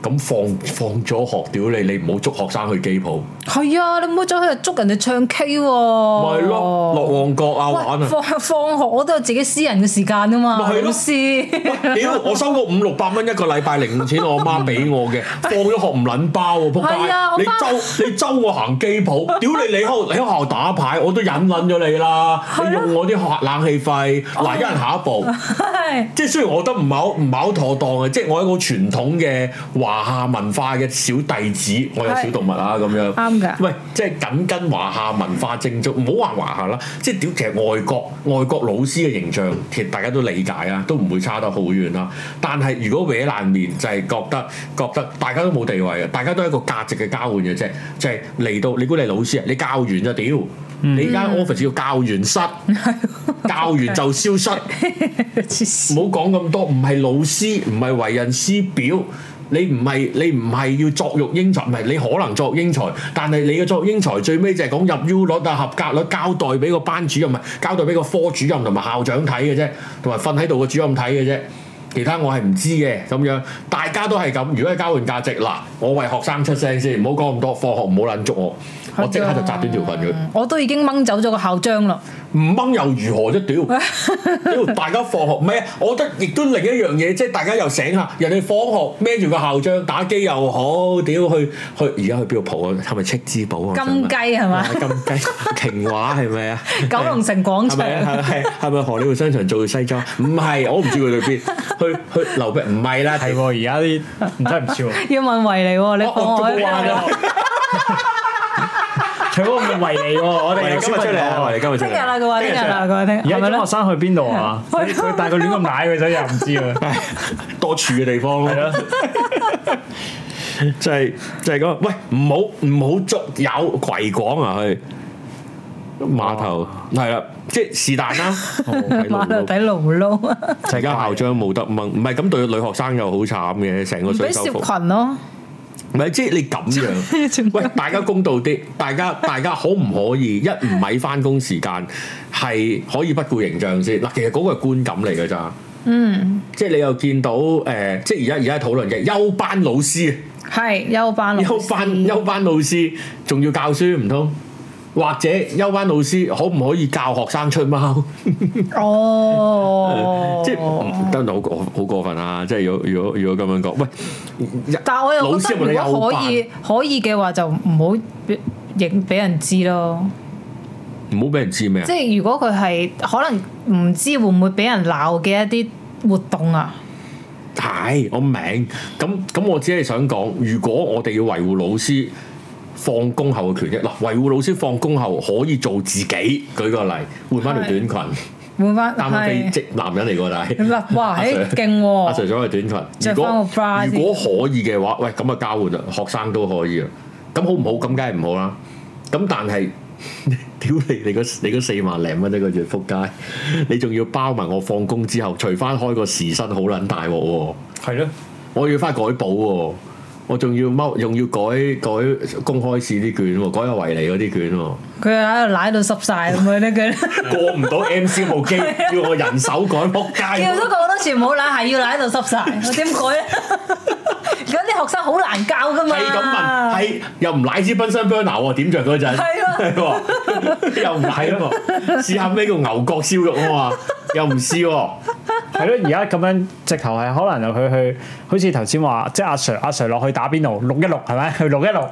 S1: 咁放放咗學，屌你，你唔好捉學生去機鋪，
S3: 係啊，你唔好再喺度捉人哋唱 K 喎，
S1: 咪
S3: 咪
S1: 咯，落旺角啊玩
S3: 哦喂
S1: 啊！
S3: 放放學我都有自己私人嘅時間啊嘛，
S1: 咪係咯
S3: 老師。
S1: 屌！我收過五六百蚊一個禮拜零用錢，我媽俾我 嘅，放咗學唔撚包喎，仆
S3: 係啊我
S1: 街！你
S3: 返
S1: 周你周我行機 鋪，屌你！你喺度你喺學校打牌，我都忍撚咗你啦！你用我啲學冷氣費，嗱，一人下一步。
S3: 係
S1: 即係雖然我覺得唔係好唔係好妥當嘅，即係我一個傳統嘅華夏文化嘅小弟子，我有小動物啊咁樣。
S3: 啱㗎
S1: 喂，即係緊跟華夏文化正宗，唔好話華夏啦，即係屌其實外國外國老師嘅形象，其實大家都理解啊，都唔會差得好遠啦。但係如果搲爛面就係覺得覺得大家都冇地位啊，大家都係一個價值嘅交換嘅啫，就係、嚟到你估你係老師啊，你教完就屌。你而家
S3: 嗯
S1: office 叫教員 室，教完就消失。
S3: 黐線
S1: 唔好講咁多，唔係老師，唔係為人師表，你唔係你唔係要作育英才，唔係你可能作育英才，但係你嘅作育英才最尾就係講入 U 率啊、合格率交代俾個班主任，唔係交代俾個科主任同埋校長睇嘅啫，同埋瞓喺度個主任睇嘅啫。其他我係唔知嘅咁樣，大家都係咁。如果係交換價值嗱，我為學生出聲先，唔好講咁多，放學唔好撚捉我，我即刻就扎短條裙佢。
S3: 我都已經掹走咗個校章啦，
S1: 唔掹又如何啫？ 屌！屌大家放學唔係啊！我覺得亦都另一樣嘢，即係大家又醒下，人哋放學孭住個校章打機又好，屌去去而家去邊度蒲啊？係咪斥資寶啊？
S3: 金雞係嘛
S1: 係咪 金雞瓊華係咪啊？
S3: 九龍城廣
S1: 係咪
S3: 場。
S1: 啊？係係係咪荷里活商場做西裝？唔係，我唔知佢去邊，去去溜冰唔係啦，
S2: 係喎，而家啲唔真係唔 知喎。
S3: 要問維尼喎，你
S1: 我
S3: 放我喺
S1: 我
S3: 邊啊？
S2: 佢嗰個維尼喎，我
S1: 喂
S2: 哋
S1: 你今日出嚟啊！喂你今日出
S3: 聽日
S1: 嚟啊。
S3: 啦，佢話聽日啦，佢話聽，
S2: 而
S3: 係
S2: 家
S3: 咪咧
S2: 啲學？生去邊度啊？
S3: 係啊
S2: 佢帶個亂咁奶佢仔又唔知啊。
S1: 多處嘅地方咯
S2: 係。咯，
S1: 就係就係咁，喂，唔好唔好捉有葵廣啊去碼頭，係啦，即係是但啦。
S3: 馬路底勞撈啊，
S1: 而家校長冇得掹，唔係咁對女學生又好慘嘅，成個
S3: 唔
S1: 水
S3: 俾
S1: 手
S3: 攝
S1: 服，
S3: 群咯。
S1: 唔係即係你咁樣。 喂，大家公道啲，大家大家可唔可以一唔喺翻工時間係可以不顧形象先？嗱，其實嗰個係觀感嚟㗎咋，
S3: 嗯，
S1: 即係你又見到誒、呃即係而家而家討論嘅休班老師。啊
S3: 係休班老師
S1: 休班休班老師仲要教書唔通？或者休班老師可唔可以教學生出貓？
S3: 哦，
S1: 即係唔得好過好過分啊！即係如果如果如果咁樣講，喂，
S3: 但係我
S1: 老
S3: 又
S1: 師
S3: 覺
S1: 有冇
S3: 得
S1: 理由
S3: 如果可以可以嘅話，就唔好俾影俾人知咯。
S1: 唔好俾人知咩啊
S3: 即？係如果佢係可能唔知會唔會俾人鬧嘅一啲活動啊，
S1: 係，我明。咁咁，我只係想講，如果我哋要維護老師放工後嘅權益，嗱，維護老師放工後可以做自己。舉個例，換翻條短裙，
S3: 換翻
S1: 但係非
S3: 係
S1: 啊即男人嚟㗎，但係。
S3: 嗱，哇，
S1: 阿 Sir
S3: 誒勁
S1: 阿 Sir
S3: 喎，
S1: 想去短裙，
S3: 着
S1: 如果
S3: 返個 bra
S1: 如果可以嘅話，喂，咁啊交換啦，學生都可以啊。咁好唔好？咁梗係唔好啦。咁但係， 屌你你嗰你嗰四萬零蚊一個月撲街，你仲要包埋我放工之後，除翻開個時薪，好撚大鑊喎！
S2: 係咯，
S1: 我要翻改補喎，我仲要踎，仲要改改公開試啲卷喎，改下維尼嗰啲卷喎。
S3: 佢喺度舐到濕晒咁樣 咧，佢
S1: 過唔到 MC 部 機，要我人手改撲街
S3: 叫
S1: 喎
S3: 咗。佢好多次唔好舐，係要舐到濕晒，我點改咧？而家啲學生好難教㗎嘛，
S1: 係咁問，係又唔奶支賓身 burner 喎，點着嗰陣？
S3: 係啊
S1: 咯， 又唔奶喎，試下咩叫牛角燒肉啊嘛，又唔試 喎，
S2: 係咯，而家咁樣直頭係可能就去去，好似頭先話，即係阿 Sir 阿 Sir 落去打邊爐，六一六係咪？ 去六一六，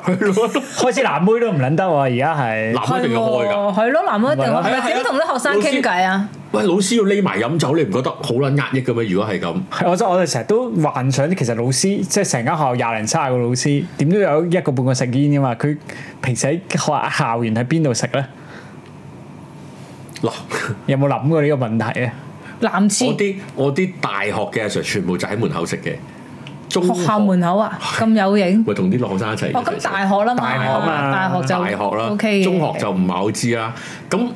S2: 開始男妹都唔撚得喎，而家係
S1: 男一定要開㗎。
S3: 喎，係咯，男人一定要
S1: 係啊係
S3: 開
S1: 啊
S3: 點同啲學生傾偈啊？
S1: 喂，老師要匿埋飲酒，你唔覺得好撚壓抑嘅咩？如果係咁，
S2: 係我真我哋成日都幻想，其實老師即係成間學校廿零卅個老師，點都有一個半個食煙噶嘛。佢平時喺學校園喺邊度食咧？
S1: 嗱，
S2: 有冇諗過呢個問題咧？啊
S3: 男廁
S1: 我啲我啲大學嘅阿 Sir 全部就喺門口食嘅，中
S3: 學校門口啊，咁有型。
S1: 咪同啲學生一齊。
S3: 哦，咁大學啦嘛，
S2: 大
S3: 哦
S2: 學嘛
S3: 大學就
S1: 啊大學啦
S3: OK 嘅
S1: 中學就唔係好知啦。咁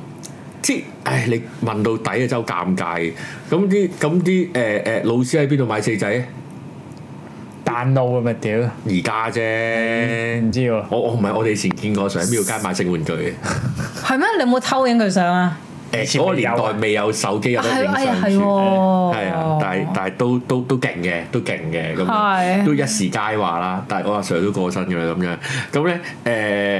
S1: 即係，唉，你問到底啊，真係好尷尬嘅。咁啲咁啲誒誒老師喺邊度買四仔？
S2: 彈路啊咪屌，唔
S1: 而家
S3: 嗯
S1: 啫。
S2: 知喎。
S1: 我我唔係我哋以前見過上喺廟街買性玩具嘅。
S3: 係咩？你有冇偷影佢相啊？
S1: 誒
S2: 以前
S1: 嗰個
S2: 未有
S1: 年
S2: 啊
S1: 代未有手機有得
S3: 係
S1: 影
S3: 哎呀，
S1: 相
S3: 係
S1: 住。
S3: 喎，
S1: 係啊，但係但係都都都勁嘅，都勁嘅咁樣，
S3: 係
S1: 都一時佳話啦。但係我阿 Sir 都過身嘅啦，咁樣咁咧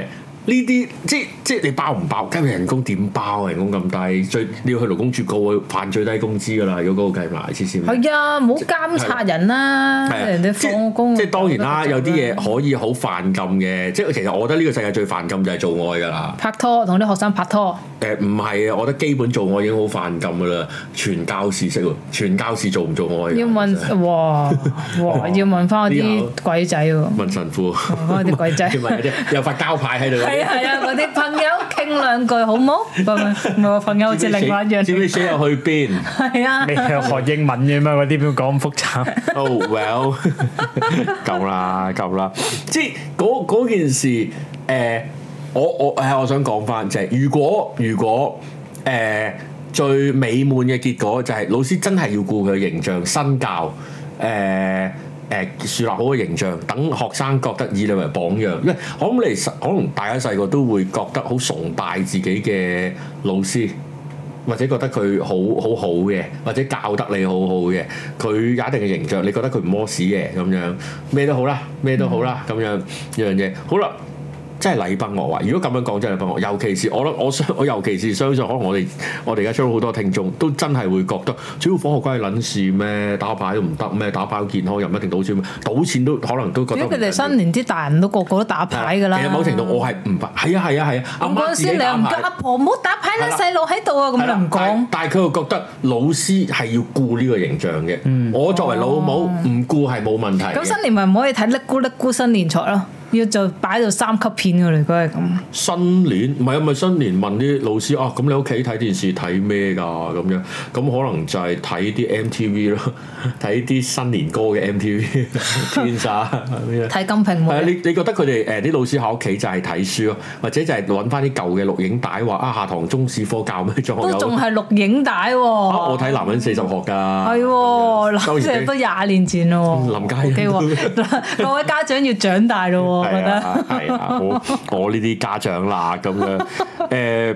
S1: 誒呢啲即即你包唔包？今日人工點包啊？人工咁低，最你要去勞工處告佢犯最低工資㗎啦。如果嗰個計埋黐線。
S3: 係啊，唔好監察人啦，
S1: 嗯係啊
S3: 人哋放工
S1: 即即當然啦，有啲嘢
S3: 嘢
S1: 可以好犯禁嘅，即係其實我覺得呢個世界最犯禁就係做愛㗎啦。
S3: 拍拖同啲學生拍拖，
S1: 誒唔係啊，我覺得基本做愛已經好犯禁㗎啦。傳教士識喎，傳教士做唔做愛㗎？
S3: 要
S1: 哎真係
S3: 問哇 哇，要問翻我啲鬼仔喎，
S1: 問神父。
S3: 問翻哦啲鬼仔。
S1: 要問嗰啲有塊膠牌喺度嗰啲。
S3: 係啊係啊，嗰啲朋友傾兩句好 冇？唔係唔係唔係我朋友好似另外一樣。
S1: 知唔知 share 去邊
S3: 係啊
S2: 你，係學英文嘅咩？嗰啲邊講咁複雜？
S1: ？Oh well，夠啦夠啦，即係嗰嗰件事誒、我我誒我想講翻就係、如果如果誒、最美滿嘅結果就係老師真係要顧佢嘅形象身教誒誒、誒樹立好嘅形象，等學生覺得以你為榜樣。因為我諗你實可能大家細個都會覺得好崇拜自己嘅老師。或者覺得佢好好好嘅，或者教得你好好嘅，佢有一定嘅形象，你覺得佢唔屙屎嘅咁樣，咩都好啦，咩都好
S3: 嗯
S1: 啦咁樣樣嘢。好啦，真係禮崩樂壞。如果咁樣講真係禮崩樂壞，尤其是我諗我相我尤其是相信，可能我哋我哋而家出咗好多聽眾都真係會覺得，主要科學關係撚事咩？打牌都唔得咩？打牌好健康又唔一定賭錢咩？賭錢都可能都覺得
S3: 如
S1: 唔
S3: 果佢
S1: 緊要。
S3: 哋新年啲大人都個個都打牌㗎啦。
S1: 其實某程度我係唔係啊係啊係啊，阿
S3: 咁嗰
S1: 媽
S3: 陣
S1: 自
S3: 時
S1: 己
S3: 你又
S1: 打
S3: 唔
S1: 牌
S3: 叫。阿婆唔好打牌啦，
S1: 係啦
S3: 細路喺度啊，咁
S1: 係
S3: 就
S1: 啦
S3: 唔講。
S1: 但但係佢又覺得老師係要顧呢個形象嘅。我作為老母唔顧係冇問題嘅。
S3: 嗯哦咁新年咪唔可以睇叻咕叻咕新年賽咯，要就擺到三級片㗎啦，如果 係咁。
S1: 新年唔係啊，咪新年問啲老師啊，咁你屋企睇電視睇咩㗎咁樣？咁可能就係睇啲 MTV 咯， 睇啲新年歌嘅 MTV 天煞咁樣。
S3: 睇金瓶
S1: 係啊，你
S3: 梅，
S1: 你覺得佢哋誒啲老師喺屋企就係睇書咯，或者就係揾翻啲舊嘅錄影帶話啊下堂中史科教咩張學
S3: 都
S1: 友
S3: 仲係錄影帶喎。
S1: 啊，我睇男人四十學㗎，
S3: 係
S1: 係
S3: 喎，
S1: 周賢
S3: 嗱，即係都廿年前咯喎。
S1: 嗯林家欣
S3: OK 喎 嗱各位家長要長大咯喎，我覺
S1: 係
S3: 得。
S1: 啊，係啊，我 我呢啲家長啦，咁 樣誒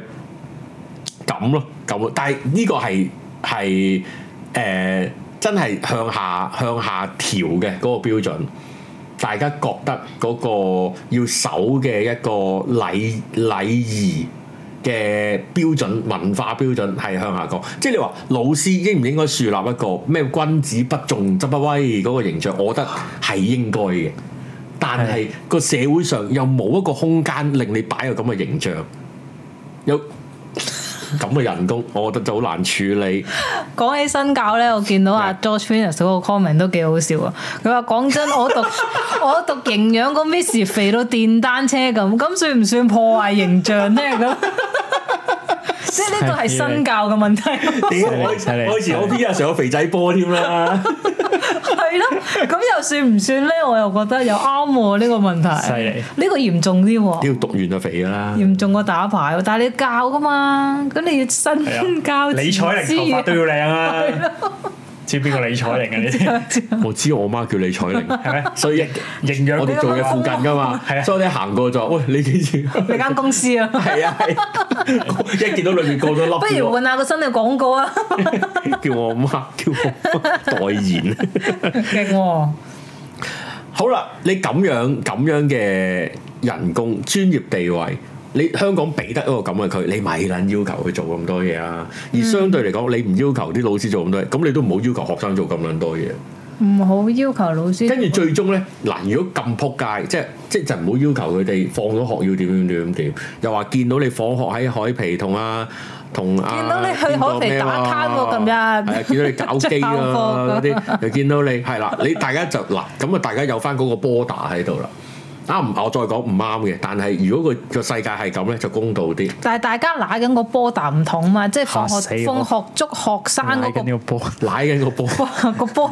S1: 咁咯，咁咯但係呢個係係誒真係向下向下調嘅嗰個標準，大家覺得嗰個要守嘅一個禮禮儀。嘅標準文化標準係向下降，即係你話老師應唔應該樹立一個咩君子不重則不威嗰個形象，我覺得係應該嘅。但係個社會上又冇一個空間令你擺個咁嘅形象，有咁嘅人 工，我覺得就好難處理。
S3: 講起新教咧，我見到阿 George Finnis 嗰個 comment 都幾好笑啊！佢話講真，我讀我讀營養個 Miss 肥到電單車咁，咁算唔算破壞形象咧？ 咁即係呢個係新教嘅問題。
S1: 屌，
S2: 我犀利
S1: 我以前我 P 啊上咗肥仔波添啦，
S3: 係咯，咁又算唔算咧？我又覺得又啱喎呢個問題。
S2: 犀利
S3: 呢個嚴重啲喎，
S1: 屌讀完就肥㗎啦。
S3: 嚴重過打牌喎。但係你教噶嘛，咁你要
S2: 啊
S3: 身教
S2: 李彩
S3: 自
S2: 玲頭
S3: 知
S2: 髮
S3: 啊
S2: 都要靚啊！知邊個李彩玲啊？你哋
S1: 我知我媽叫李彩 玲，
S2: 係咪？
S1: 所以
S2: 營養
S1: 我哋做嘢附近㗎 嘛
S2: 係啊，
S1: 所以我哋行過就話喂你幾時？
S3: 你間公司 啊，
S1: 係啊 係，一見到裏面個個都
S3: 不
S1: 笠住
S3: 如
S1: 我，
S3: 換下個新嘅廣告啊，
S1: 叫我媽 叫我媽代言。
S3: 勁喎！
S1: 好啦，你咁樣咁樣嘅人工專業地位，你香港俾得一個咁嘅佢，你咪撚要求佢做咁多嘢啦。而相對嚟講，你唔要求啲老師做咁多嘢，咁你都唔好要求學生做咁撚多嘢。
S3: 唔嗯好要求老師。
S1: 跟住最終咧，嗱，如果咁撲街，即係即係就唔好要求佢哋放咗學要點點點點，又話見到你放學喺海皮同啊同啊，
S3: 見到你去
S1: 邊個
S3: 海皮
S1: 咩
S3: 打卡喎
S1: 啊
S3: 近日
S1: 係啊，見到 你搞機
S3: 着
S1: 啊嗰
S3: 校服
S1: 啲，又見到你係啦，你大家就嗱咁啊，大家有翻嗰個波打喺度啦。啱唔？我再講唔啱嘅，但係如果個個世界係咁咧，就公道啲。
S3: 但係大家揦緊個波彈唔同嘛，即係放
S2: 嚇
S3: 學
S2: 死我
S3: 放學捉學生
S2: 拉
S3: 嗰
S2: 緊呢個
S3: 個
S2: 波，
S1: 舐緊個波，
S3: 波 個波，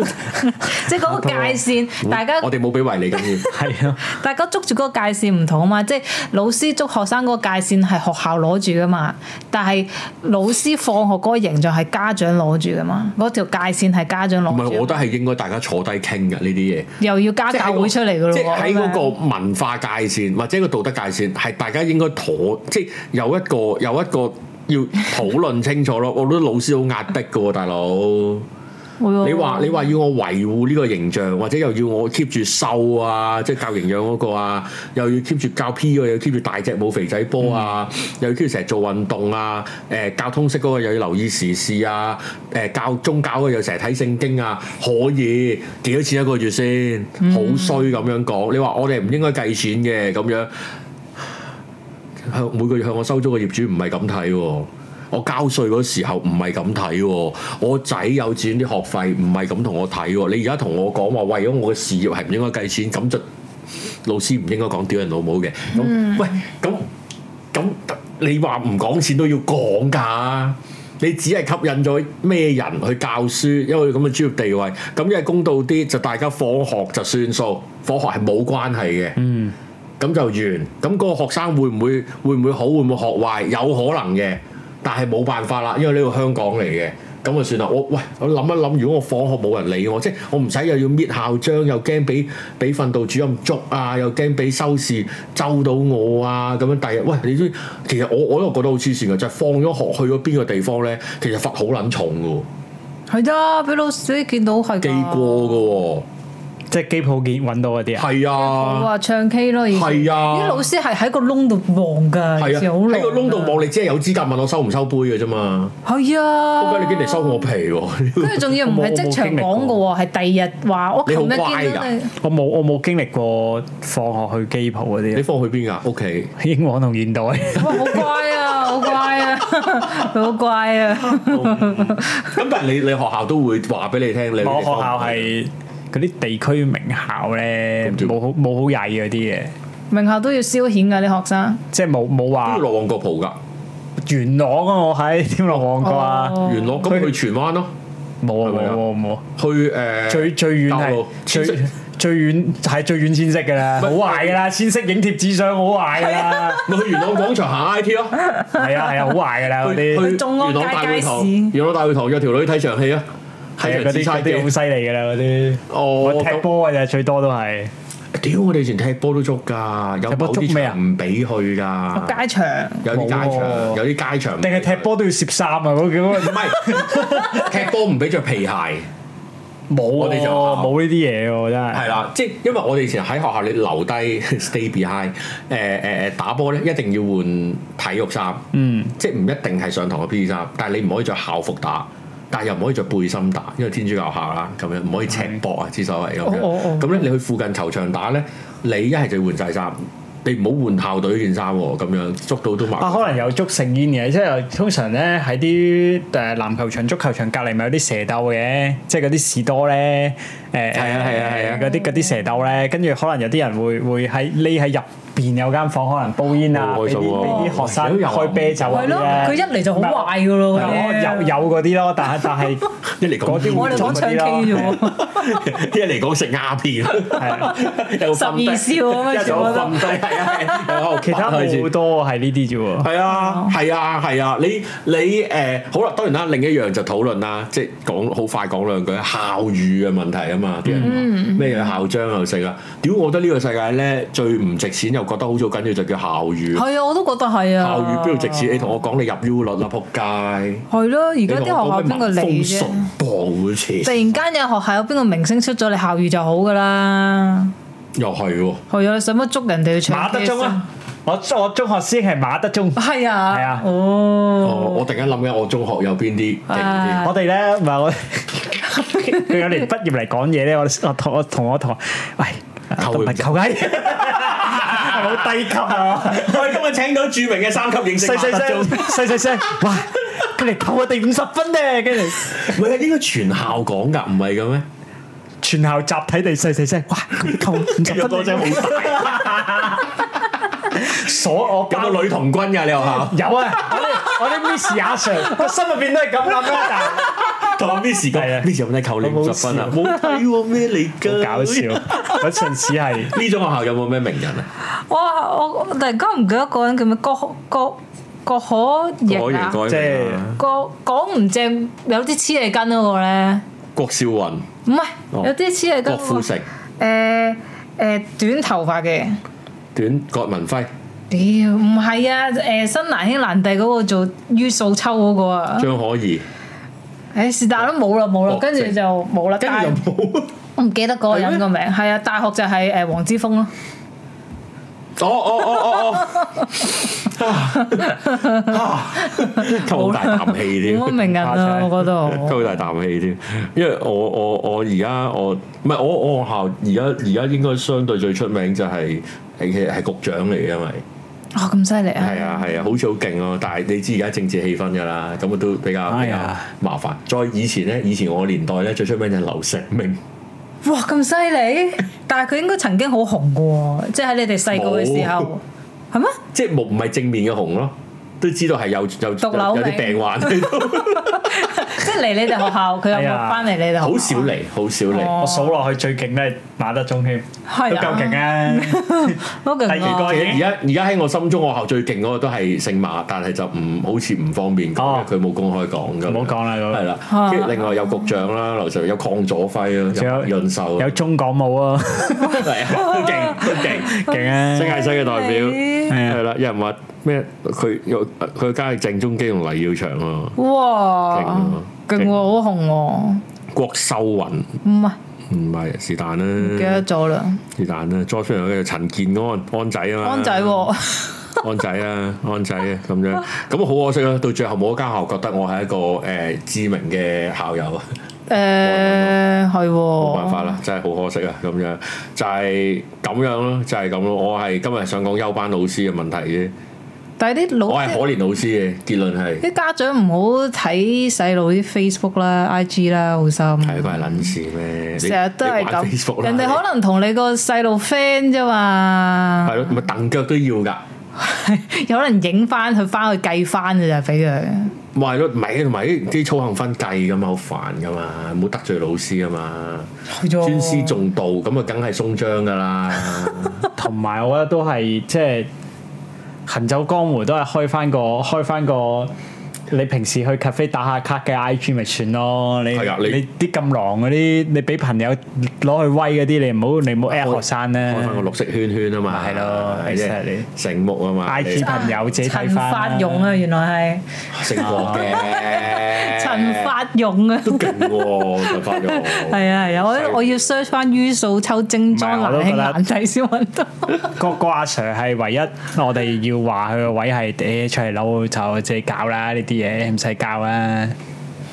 S3: 即係嗰個界線，大家
S1: 我哋冇俾維你緊要。
S2: 係啊，
S3: 大家捉住嗰個界線唔同啊嘛，即係老師捉學生嗰個界線係學校攞住噶嘛，但係老師放學嗰個形象係家長攞住噶嘛，嗰條界線係家長
S1: 唔係，
S3: 攞
S1: 我覺
S3: 住，
S1: 得係應該大家坐低傾㗎呢啲嘢。
S3: 又要家
S1: 即係喺
S3: 教
S1: 個
S3: 會出嚟噶咯
S1: 即係
S3: 喎，
S1: 喺嗰個
S3: 咁樣
S1: 文化界線或者個道德界線，係大家應該妥，即係有一個有一個要討論清楚咯。我覺得老師好壓迫嘅喎，大佬。
S3: 會喎
S1: 你話你話要我維護呢個形象，或者又要我 keep 住瘦啊，即係教營養嗰個啊，又要 keep 住教 P 嗰個，又要 keep 住大隻冇肥仔波啊，又要 keep 住成日做運動啊，誒、教通識嗰個又要留意時事啊，誒、教宗教嗰個又成日睇聖經啊，可以幾多錢一個月先？好衰咁樣講，你話我哋唔應該計錢嘅咁樣。向每個月向我收租嘅業主唔係咁睇喎，我交税嗰時候唔係咁睇喎，我仔幼稚園啲學費唔係咁同我睇喎，你而家同我講話為咗我嘅事業係唔應該計錢，咁就老師唔應該講屌人老母嘅，咁、喂咁咁你話唔講錢都要講㗎。你只係吸引咗咩人去教書，因為咁嘅專業地位，咁一係公道啲就大家放學就算數，放學係冇關係嘅。
S2: 嗯，
S1: 咁就完。咁、嗰個學生會唔會會唔會好，會唔會學壞？有可能嘅，但係冇辦法啦，因為呢個香港嚟嘅。咁就算啦。我喂，我諗一諗，如果我放學冇人理我，即係我唔使又要搣校章，又驚俾俾訓導主任捉啊，又驚俾收視周到我啊，咁樣第日喂，你知其實我我都覺得好黐線嘅，就係、放咗學去咗邊個地方咧，其實罰好撚重嘅喎，
S3: 係啊，俾老師見到係㗎
S1: 記過嘅喎，
S2: 即係機鋪見揾到嗰啲啊，
S1: 係啊
S3: 我。話唱 K 咯，以前
S1: 係啊
S3: 啲老師係喺個窿度望㗎，
S1: 係
S3: 以
S1: 啊，
S3: 前好
S1: 喺個窿度
S3: 望
S1: 望，你只係有資格問我收唔收杯嘅啫嘛。
S3: 係
S1: 不
S3: 啊，
S1: 過你竟然收我皮喎！
S3: 跟住仲要唔係即場講嘅喎，係第二日話我
S1: 你
S3: 琴
S1: 好
S3: 日見
S1: 乖㗎
S3: 到你，
S2: 我冇我冇經歷過放學去機鋪嗰
S1: 你
S2: 啲啊，
S1: 放學去邊㗎？屋企。
S2: 英皇同現代，
S3: 哇好乖啊，好乖啊，佢好乖啊，
S1: 咁但係你你學校都會話俾你聽，你
S2: 我學校係嗰啲地區名校咧，
S1: 咁點
S2: 冇好冇好曳嗰啲嘅，你
S3: 名校都要消遣㗎啲學生，
S2: 即係冇冇
S1: 都
S2: 話
S1: 要落旺角蒲㗎。
S2: 元朗啊，我喺天樂旺角啊，
S3: 哦
S1: 元朗咁去荃灣咯，
S2: 冇啊
S1: 係咪啊
S2: 冇啊冇啊，
S1: 去誒
S2: 最最遠
S1: 大
S2: 係
S1: 陸
S2: 最
S1: 千色
S2: 最遠係最遠千色㗎啦，好
S1: 係
S2: 壞㗎啦，千色影貼紙相好壞㗎啦，
S1: 咪去元朗廣場行 I T 咯，
S2: 係啊係啊好壞㗎啦
S1: 去
S2: 嗰
S1: 去
S2: 啲。
S1: 元
S3: 中
S1: 朗
S3: 安街
S1: 大會堂，
S3: 街市
S1: 元朗大會堂約條女睇場戲啊，睇
S2: 係
S1: 場
S2: 嗰
S1: 紫
S2: 啲
S1: 釵
S2: 嗰啲好
S1: 記。
S2: 犀利㗎啦，嗰啲。
S1: 哦
S2: 我，踢波嘅啫，最多都係。
S1: 咁屌！我哋以前踢波都捉㗎，有
S2: 踢波
S1: 某
S2: 捉
S1: 啲
S2: 咩啊
S1: 場唔俾去㗎，
S3: 街場。
S1: 有啲街場
S2: 冇喎
S1: 有啲街場唔俾
S2: 定係踢波都要攝衫啊！嗰
S1: 唔
S2: 叫
S1: 係 踢波唔俾着皮鞋，係
S2: 冇 喎，
S1: 我哋就
S2: 冇呢啲嘢喎，真係。
S1: 啦，即係因為我哋以前喺學校你留低 stay behind，誒誒誒打波咧一定要換體育衫，
S2: 嗯，
S1: 即係唔一定係上堂嘅 P.E. 衫，但係你唔可以着校服打。但係又唔可以着背心打，因為天主教校啦，咁樣唔可以赤膊啊，之所謂咁樣。咁咧、
S3: 哦哦哦
S1: 你去附近球場打咧，你一係就要換晒衫，你唔好換校隊件衫喎，咁樣捉到都麻
S2: 啊，
S1: 煩。
S2: 可能有捉成煙嘅，即係通常咧喺啲誒籃球場、足球場隔離咪有啲蛇竇嘅，即係嗰啲士多咧，誒
S1: 係啊係啊係啊
S2: 嗰啲嗰啲蛇竇咧，跟住可能有啲人會會喺匿喺入邊有間房，可能煲煙啊，
S1: 好
S2: 俾
S1: 開心
S2: 啲
S1: 喎
S2: 俾啲學生
S1: 有啊
S2: 開啤酒啊
S3: 係
S2: 嗰
S3: 咯，
S2: 啲
S3: 佢
S2: 咧
S3: 一嚟就好壞㗎咯，嗰啲
S2: 有有嗰啲咯，但係但係
S1: 一嚟講
S2: 嗰啲會
S3: 我哋講
S2: 做
S3: 唱
S2: 嗰啲
S3: K 啫
S2: 咯。
S3: 喎，
S1: 一嚟講食鴉片， 又
S3: 十
S1: 瞓低
S3: 二少咁樣
S1: 一早
S3: 做得
S1: 瞓。低，係啊係啊，喺度
S2: 其他
S1: 拍佢先
S2: 好多係呢啲啫喎。
S1: 係
S3: 哦
S1: 啊，係啊，係啊！你你誒、好啦，當然啦，另一樣就討論啦，即係講好快講兩句校譽嘅問題啊嘛，啲人
S3: 嗯
S1: 話咩有校章又食啊，屌！我覺得呢個世界咧最唔值錢又覺得好做緊要就叫校譽，
S3: 係啊，我都覺得係啊。
S1: 校譽邊度值錢？你同我講你入 U 率啦，仆街！
S3: 係咯，而
S1: 你
S3: 家啲學校邊個理
S1: 風
S3: 啫？
S1: 順報
S3: 突
S1: 錢
S3: 然間有學校有邊個明星出咗你校譽就好噶啦。
S1: 又係喎，
S3: 係啊，你使乜捉人哋去唱
S2: 馬德
S3: K Ờ.
S2: 鐘啊！我我中學師兄係馬德鐘
S3: 先？，係啊，
S2: 係啊
S1: 哦，
S3: 哦，
S1: 我突然間諗緊我中學有邊啲勁啲
S3: 啊。
S2: 我哋咧唔係 我佢有年畢業嚟講嘢咧，我我同我同我同喂
S1: 扣佢
S2: 唔係扣雞，係好低級啊！
S1: 我哋今日請到著名嘅三級影星
S2: 細細聲，細細聲，哇！佢嚟扣我哋五十分咧，跟住
S1: 唔係應該全校講㗎，唔係嘅咩？
S2: 全校集體地細細聲，哇！佢扣五十分咧， 所我
S1: 有
S2: 包
S1: 冇女童軍㗎？你學校
S2: 有啊！我啲我啲 miss 阿 Sir 個心入邊都係咁諗啦，但係。
S1: 同 Miss
S2: 係啊
S1: 講，Miss 有冇得扣你五十分啊？
S2: 我
S1: 冇睇喎咩嚟㗎？
S2: 搞笑，嗰陣時係
S1: 呢種學校有冇咩名人啊？
S3: 哇！我我突然間唔記得嗰個人叫咩？郭郭郭可
S1: 果
S3: 盈
S1: 然
S3: 啊，
S1: 改
S2: 即係
S1: 名啊
S3: 郭講唔正，有啲黐脷根嗰個咧，
S1: 郭少雲、
S3: 唔係
S1: 哦
S3: 有啲黐脷根
S1: 郭
S3: 嗰個。
S1: 富城、
S3: 誒誒短頭髮嘅。
S1: 短郭文輝、
S3: 屌，唔係啊！誒、新蘭兄蘭弟嗰個做於素秋嗰個啊，
S1: 張可怡，
S3: 誒是但都冇啦冇啦
S1: 哦，
S3: 跟住就冇啦。
S1: 跟住
S3: 大
S1: 又冇。
S3: 我唔記得嗰個人個名，係啊，大學就係誒黃之峰咯。
S1: 哦哦哦哦哦啊，抽好大啖氣添。
S3: 冇乜名人 啊，我覺得。
S1: 都好大啖氣添，因為我我我而家我唔係我我學校而家而家應該相對最出名就係係其實係局長嚟嘅，因為
S3: 哦，咁犀利啊！
S1: 係啊係啊，好似好勁咯，但係你知而家政治氣氛㗎啦，咁啊都比較
S2: 哎
S1: 比較
S2: 呀
S1: 麻煩。再以前咧，以前我年代咧最出名就係劉錫明，
S3: 哇，咁犀利！但係佢應該曾經好紅嘅喎，即係喺你哋細個嘅時
S1: 哦
S3: 候，係 咩？
S1: 即係冇唔係正面嘅紅咯，都知道係有有
S3: 毒
S1: 有
S3: 瘤
S1: 有啲
S3: 味
S1: 病患喺度，
S3: 即係嚟你哋學校，佢有
S2: 係
S3: 冇
S2: 啊
S3: 翻嚟你哋學校？
S1: 好少嚟，好少嚟。
S3: 哦
S2: 我數落去最勁咧，馬德鐘添，
S3: 係啊
S2: 都夠勁啊！
S3: 都勁
S2: 第二個
S3: 喎
S2: 已
S1: 而
S2: 經
S1: 家而家喺我心中，我學校最勁嗰個都係姓馬，但係就唔好似唔方便講，
S2: 哦
S1: 因為佢冇公開講咁。
S2: 唔好講啦嗰個
S1: 係啦，跟住另外有局長啦，劉 Sir 有邝佐輝
S2: 仲
S1: 啦，
S2: 有
S1: 有潤秀，
S2: 有中港舞啊，
S1: 係啊，都勁都勁。
S2: 勁啊！
S1: 新界西嘅代表
S3: 你
S1: 係啦，有人話咩？佢有佢家係鄭中基同黎耀祥啊，勁喎，
S3: 哇勁喎，好紅喎，
S1: 郭秀雲
S3: 唔係
S1: 唔係是但
S3: 記得
S1: 啦，
S3: 咗啦，
S1: 是但啦。再出嚟嘅陳建安安仔啊嘛，
S3: 安仔喎，
S1: 安仔啊，安仔啊，咁樣咁好可惜啊！到最後冇一間學校覺得我係一個誒、呃知名嘅校友啊，
S3: 誒係喎，
S1: 冇
S3: 冇
S1: 辦法啦，真係好可惜啊！咁樣就係、咁樣咯，就係咁咯。我係今日想講休班老師嘅問題啫，
S3: 但係啲老
S1: 我係可
S3: 啲
S1: 憐老師嘅結論係
S3: 啲家長唔好睇細路啲 Facebook 啦、IG 啦，好心。
S1: 係關係撚事咩？你
S3: 成日都係
S1: 你玩 Facebook
S3: 咁，
S1: 啦
S3: 人哋可能同你個細路 friend 啫嘛
S1: 係，咯，啊咪蹬腳都要㗎。
S3: 有可能影翻佢翻去計翻嘅就俾佢。
S1: 咪係咯，唔係同埋啲操行分計㗎嘛，好煩㗎嘛，唔好得罪老師啊嘛，尊師重道咁啊，梗係鬆章㗎 啦。
S2: 同埋我覺得都係即係行走江湖都係開翻個開翻個。你平時去 cafe 打下卡嘅 IG 咪算咯，你
S1: 係啊你
S2: 你啲咁狼嗰啲，你俾朋友攞去威嗰啲，你唔好你唔好 at 學生咧
S1: 開翻個綠色圈圈啊嘛，
S2: 係咯
S1: 即
S2: exactly
S1: 醒目啊嘛，
S2: ，IG
S1: 你
S2: 朋友自己睇
S3: 陳
S2: 翻
S3: 法
S2: 啦。
S3: 勇啊，原來
S1: 醒目嘅
S3: 係 陳法勇啊。
S1: 都勁喎，陳 法勇
S3: 係啊係啊，我我要 search 翻於素秋精裝
S2: 唔係我都
S3: 難
S2: 覺
S3: 兄
S2: 得
S3: 難弟先揾 到。
S2: 個個阿 Sir 係唯一我哋要話佢個位係誒出嚟扭就自己搞啦，呢啲嘢唔使教啦。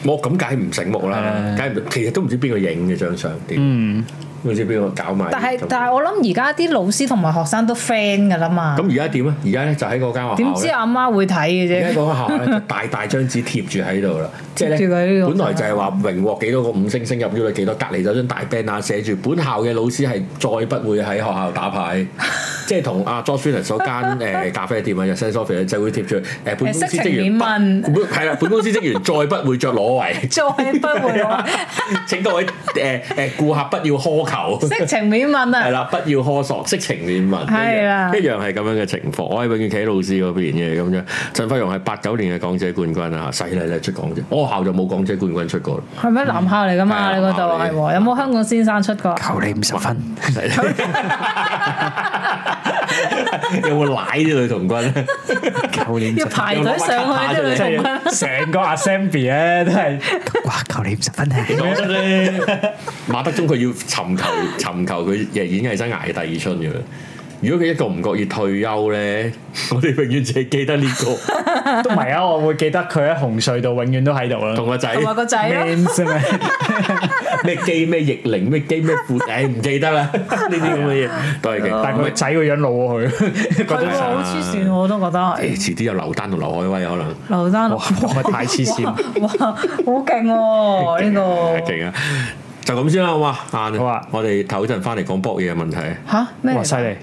S1: 我咁梗係唔醒目啦，梗係唔其實都唔知邊個影嘅張相點，
S2: 嗯
S1: 唔知邊個搞埋。
S3: 但係
S1: 咁
S3: 但係我諗而家啲老師同埋學生都 friend 㗎啦嘛，
S1: 咁而家點啊？而家咧就喺嗰間學校
S3: 點知啊
S1: 咧
S3: 阿媽會睇嘅
S1: 而家
S3: 啫。
S1: 嗰間學校咧就大大張紙貼住喺度啦，即係
S3: 貼住
S1: 咧
S3: 佢呢個
S1: 本來就係話榮獲幾多個五星星入 U 率幾多，隔離有張大 banner 寫住本校嘅老師係再不會喺學校打 牌，即係同阿 Josh Finnis 嗰間誒咖啡店啊 r e s e n s o f i 就會貼住誒本公司職員不
S3: 色情
S1: 本係啦，本公司職員再不會着裸 圍，
S3: 再不會話
S1: 請各位誒誒顧客不要苛求。
S3: 色情面問
S1: 係
S3: 啊！
S1: 啦，不要苛索，色情面問，
S3: 係啦
S1: 一樣係咁樣嘅情況。我係永遠企喺老師嗰邊嘅咁樣。陳輝陽係八九年嘅港姐冠軍啊，犀利咧出港姐，我校就冇港姐冠軍出過啦。
S3: 係咩男校嚟㗎嘛？
S1: 係
S3: 你嗰度
S1: 男校
S3: 係
S1: 嚟
S3: 喎，有冇香港先生出過？
S2: 扣你五十分，
S1: 有冇奶啲女童軍咧？
S2: 扣你
S3: 要排隊上去
S2: 即
S3: 啫，你同
S2: 係成個 assembly 咧都係 哇扣你五十分啊！
S1: 其實我覺得咧， 馬德鐘佢要尋求尋求佢嘅演藝生涯嘅第二春嘅。如果佢一個唔覺意退休咧，我哋永遠只係記得呢、個
S2: 都唔係啊！我會記得佢喺紅隧度永遠都喺度啦。
S1: 同個仔
S3: 同埋個仔咯。
S2: Man 啫嘛，
S1: 咩機咩逆齡咩機咩闊，唉唔記得啦，呢啲咁嘅嘢都係嘅。
S2: 但係佢個仔個樣老過佢，
S3: 佢喎好黐線喎，我都覺得
S1: 誒
S3: 係
S1: 遲啲有劉丹同劉海威啊可能。
S3: 劉丹
S2: 哇咁啊太黐線！
S3: 哇，好勁喎 呢個
S1: 勁啊！就咁先啦，好嘛？晏
S2: 好啊
S1: 我哋唞陣翻嚟講博嘢嘅問題。
S3: 吓咩嚟㗎？
S2: 哇犀利！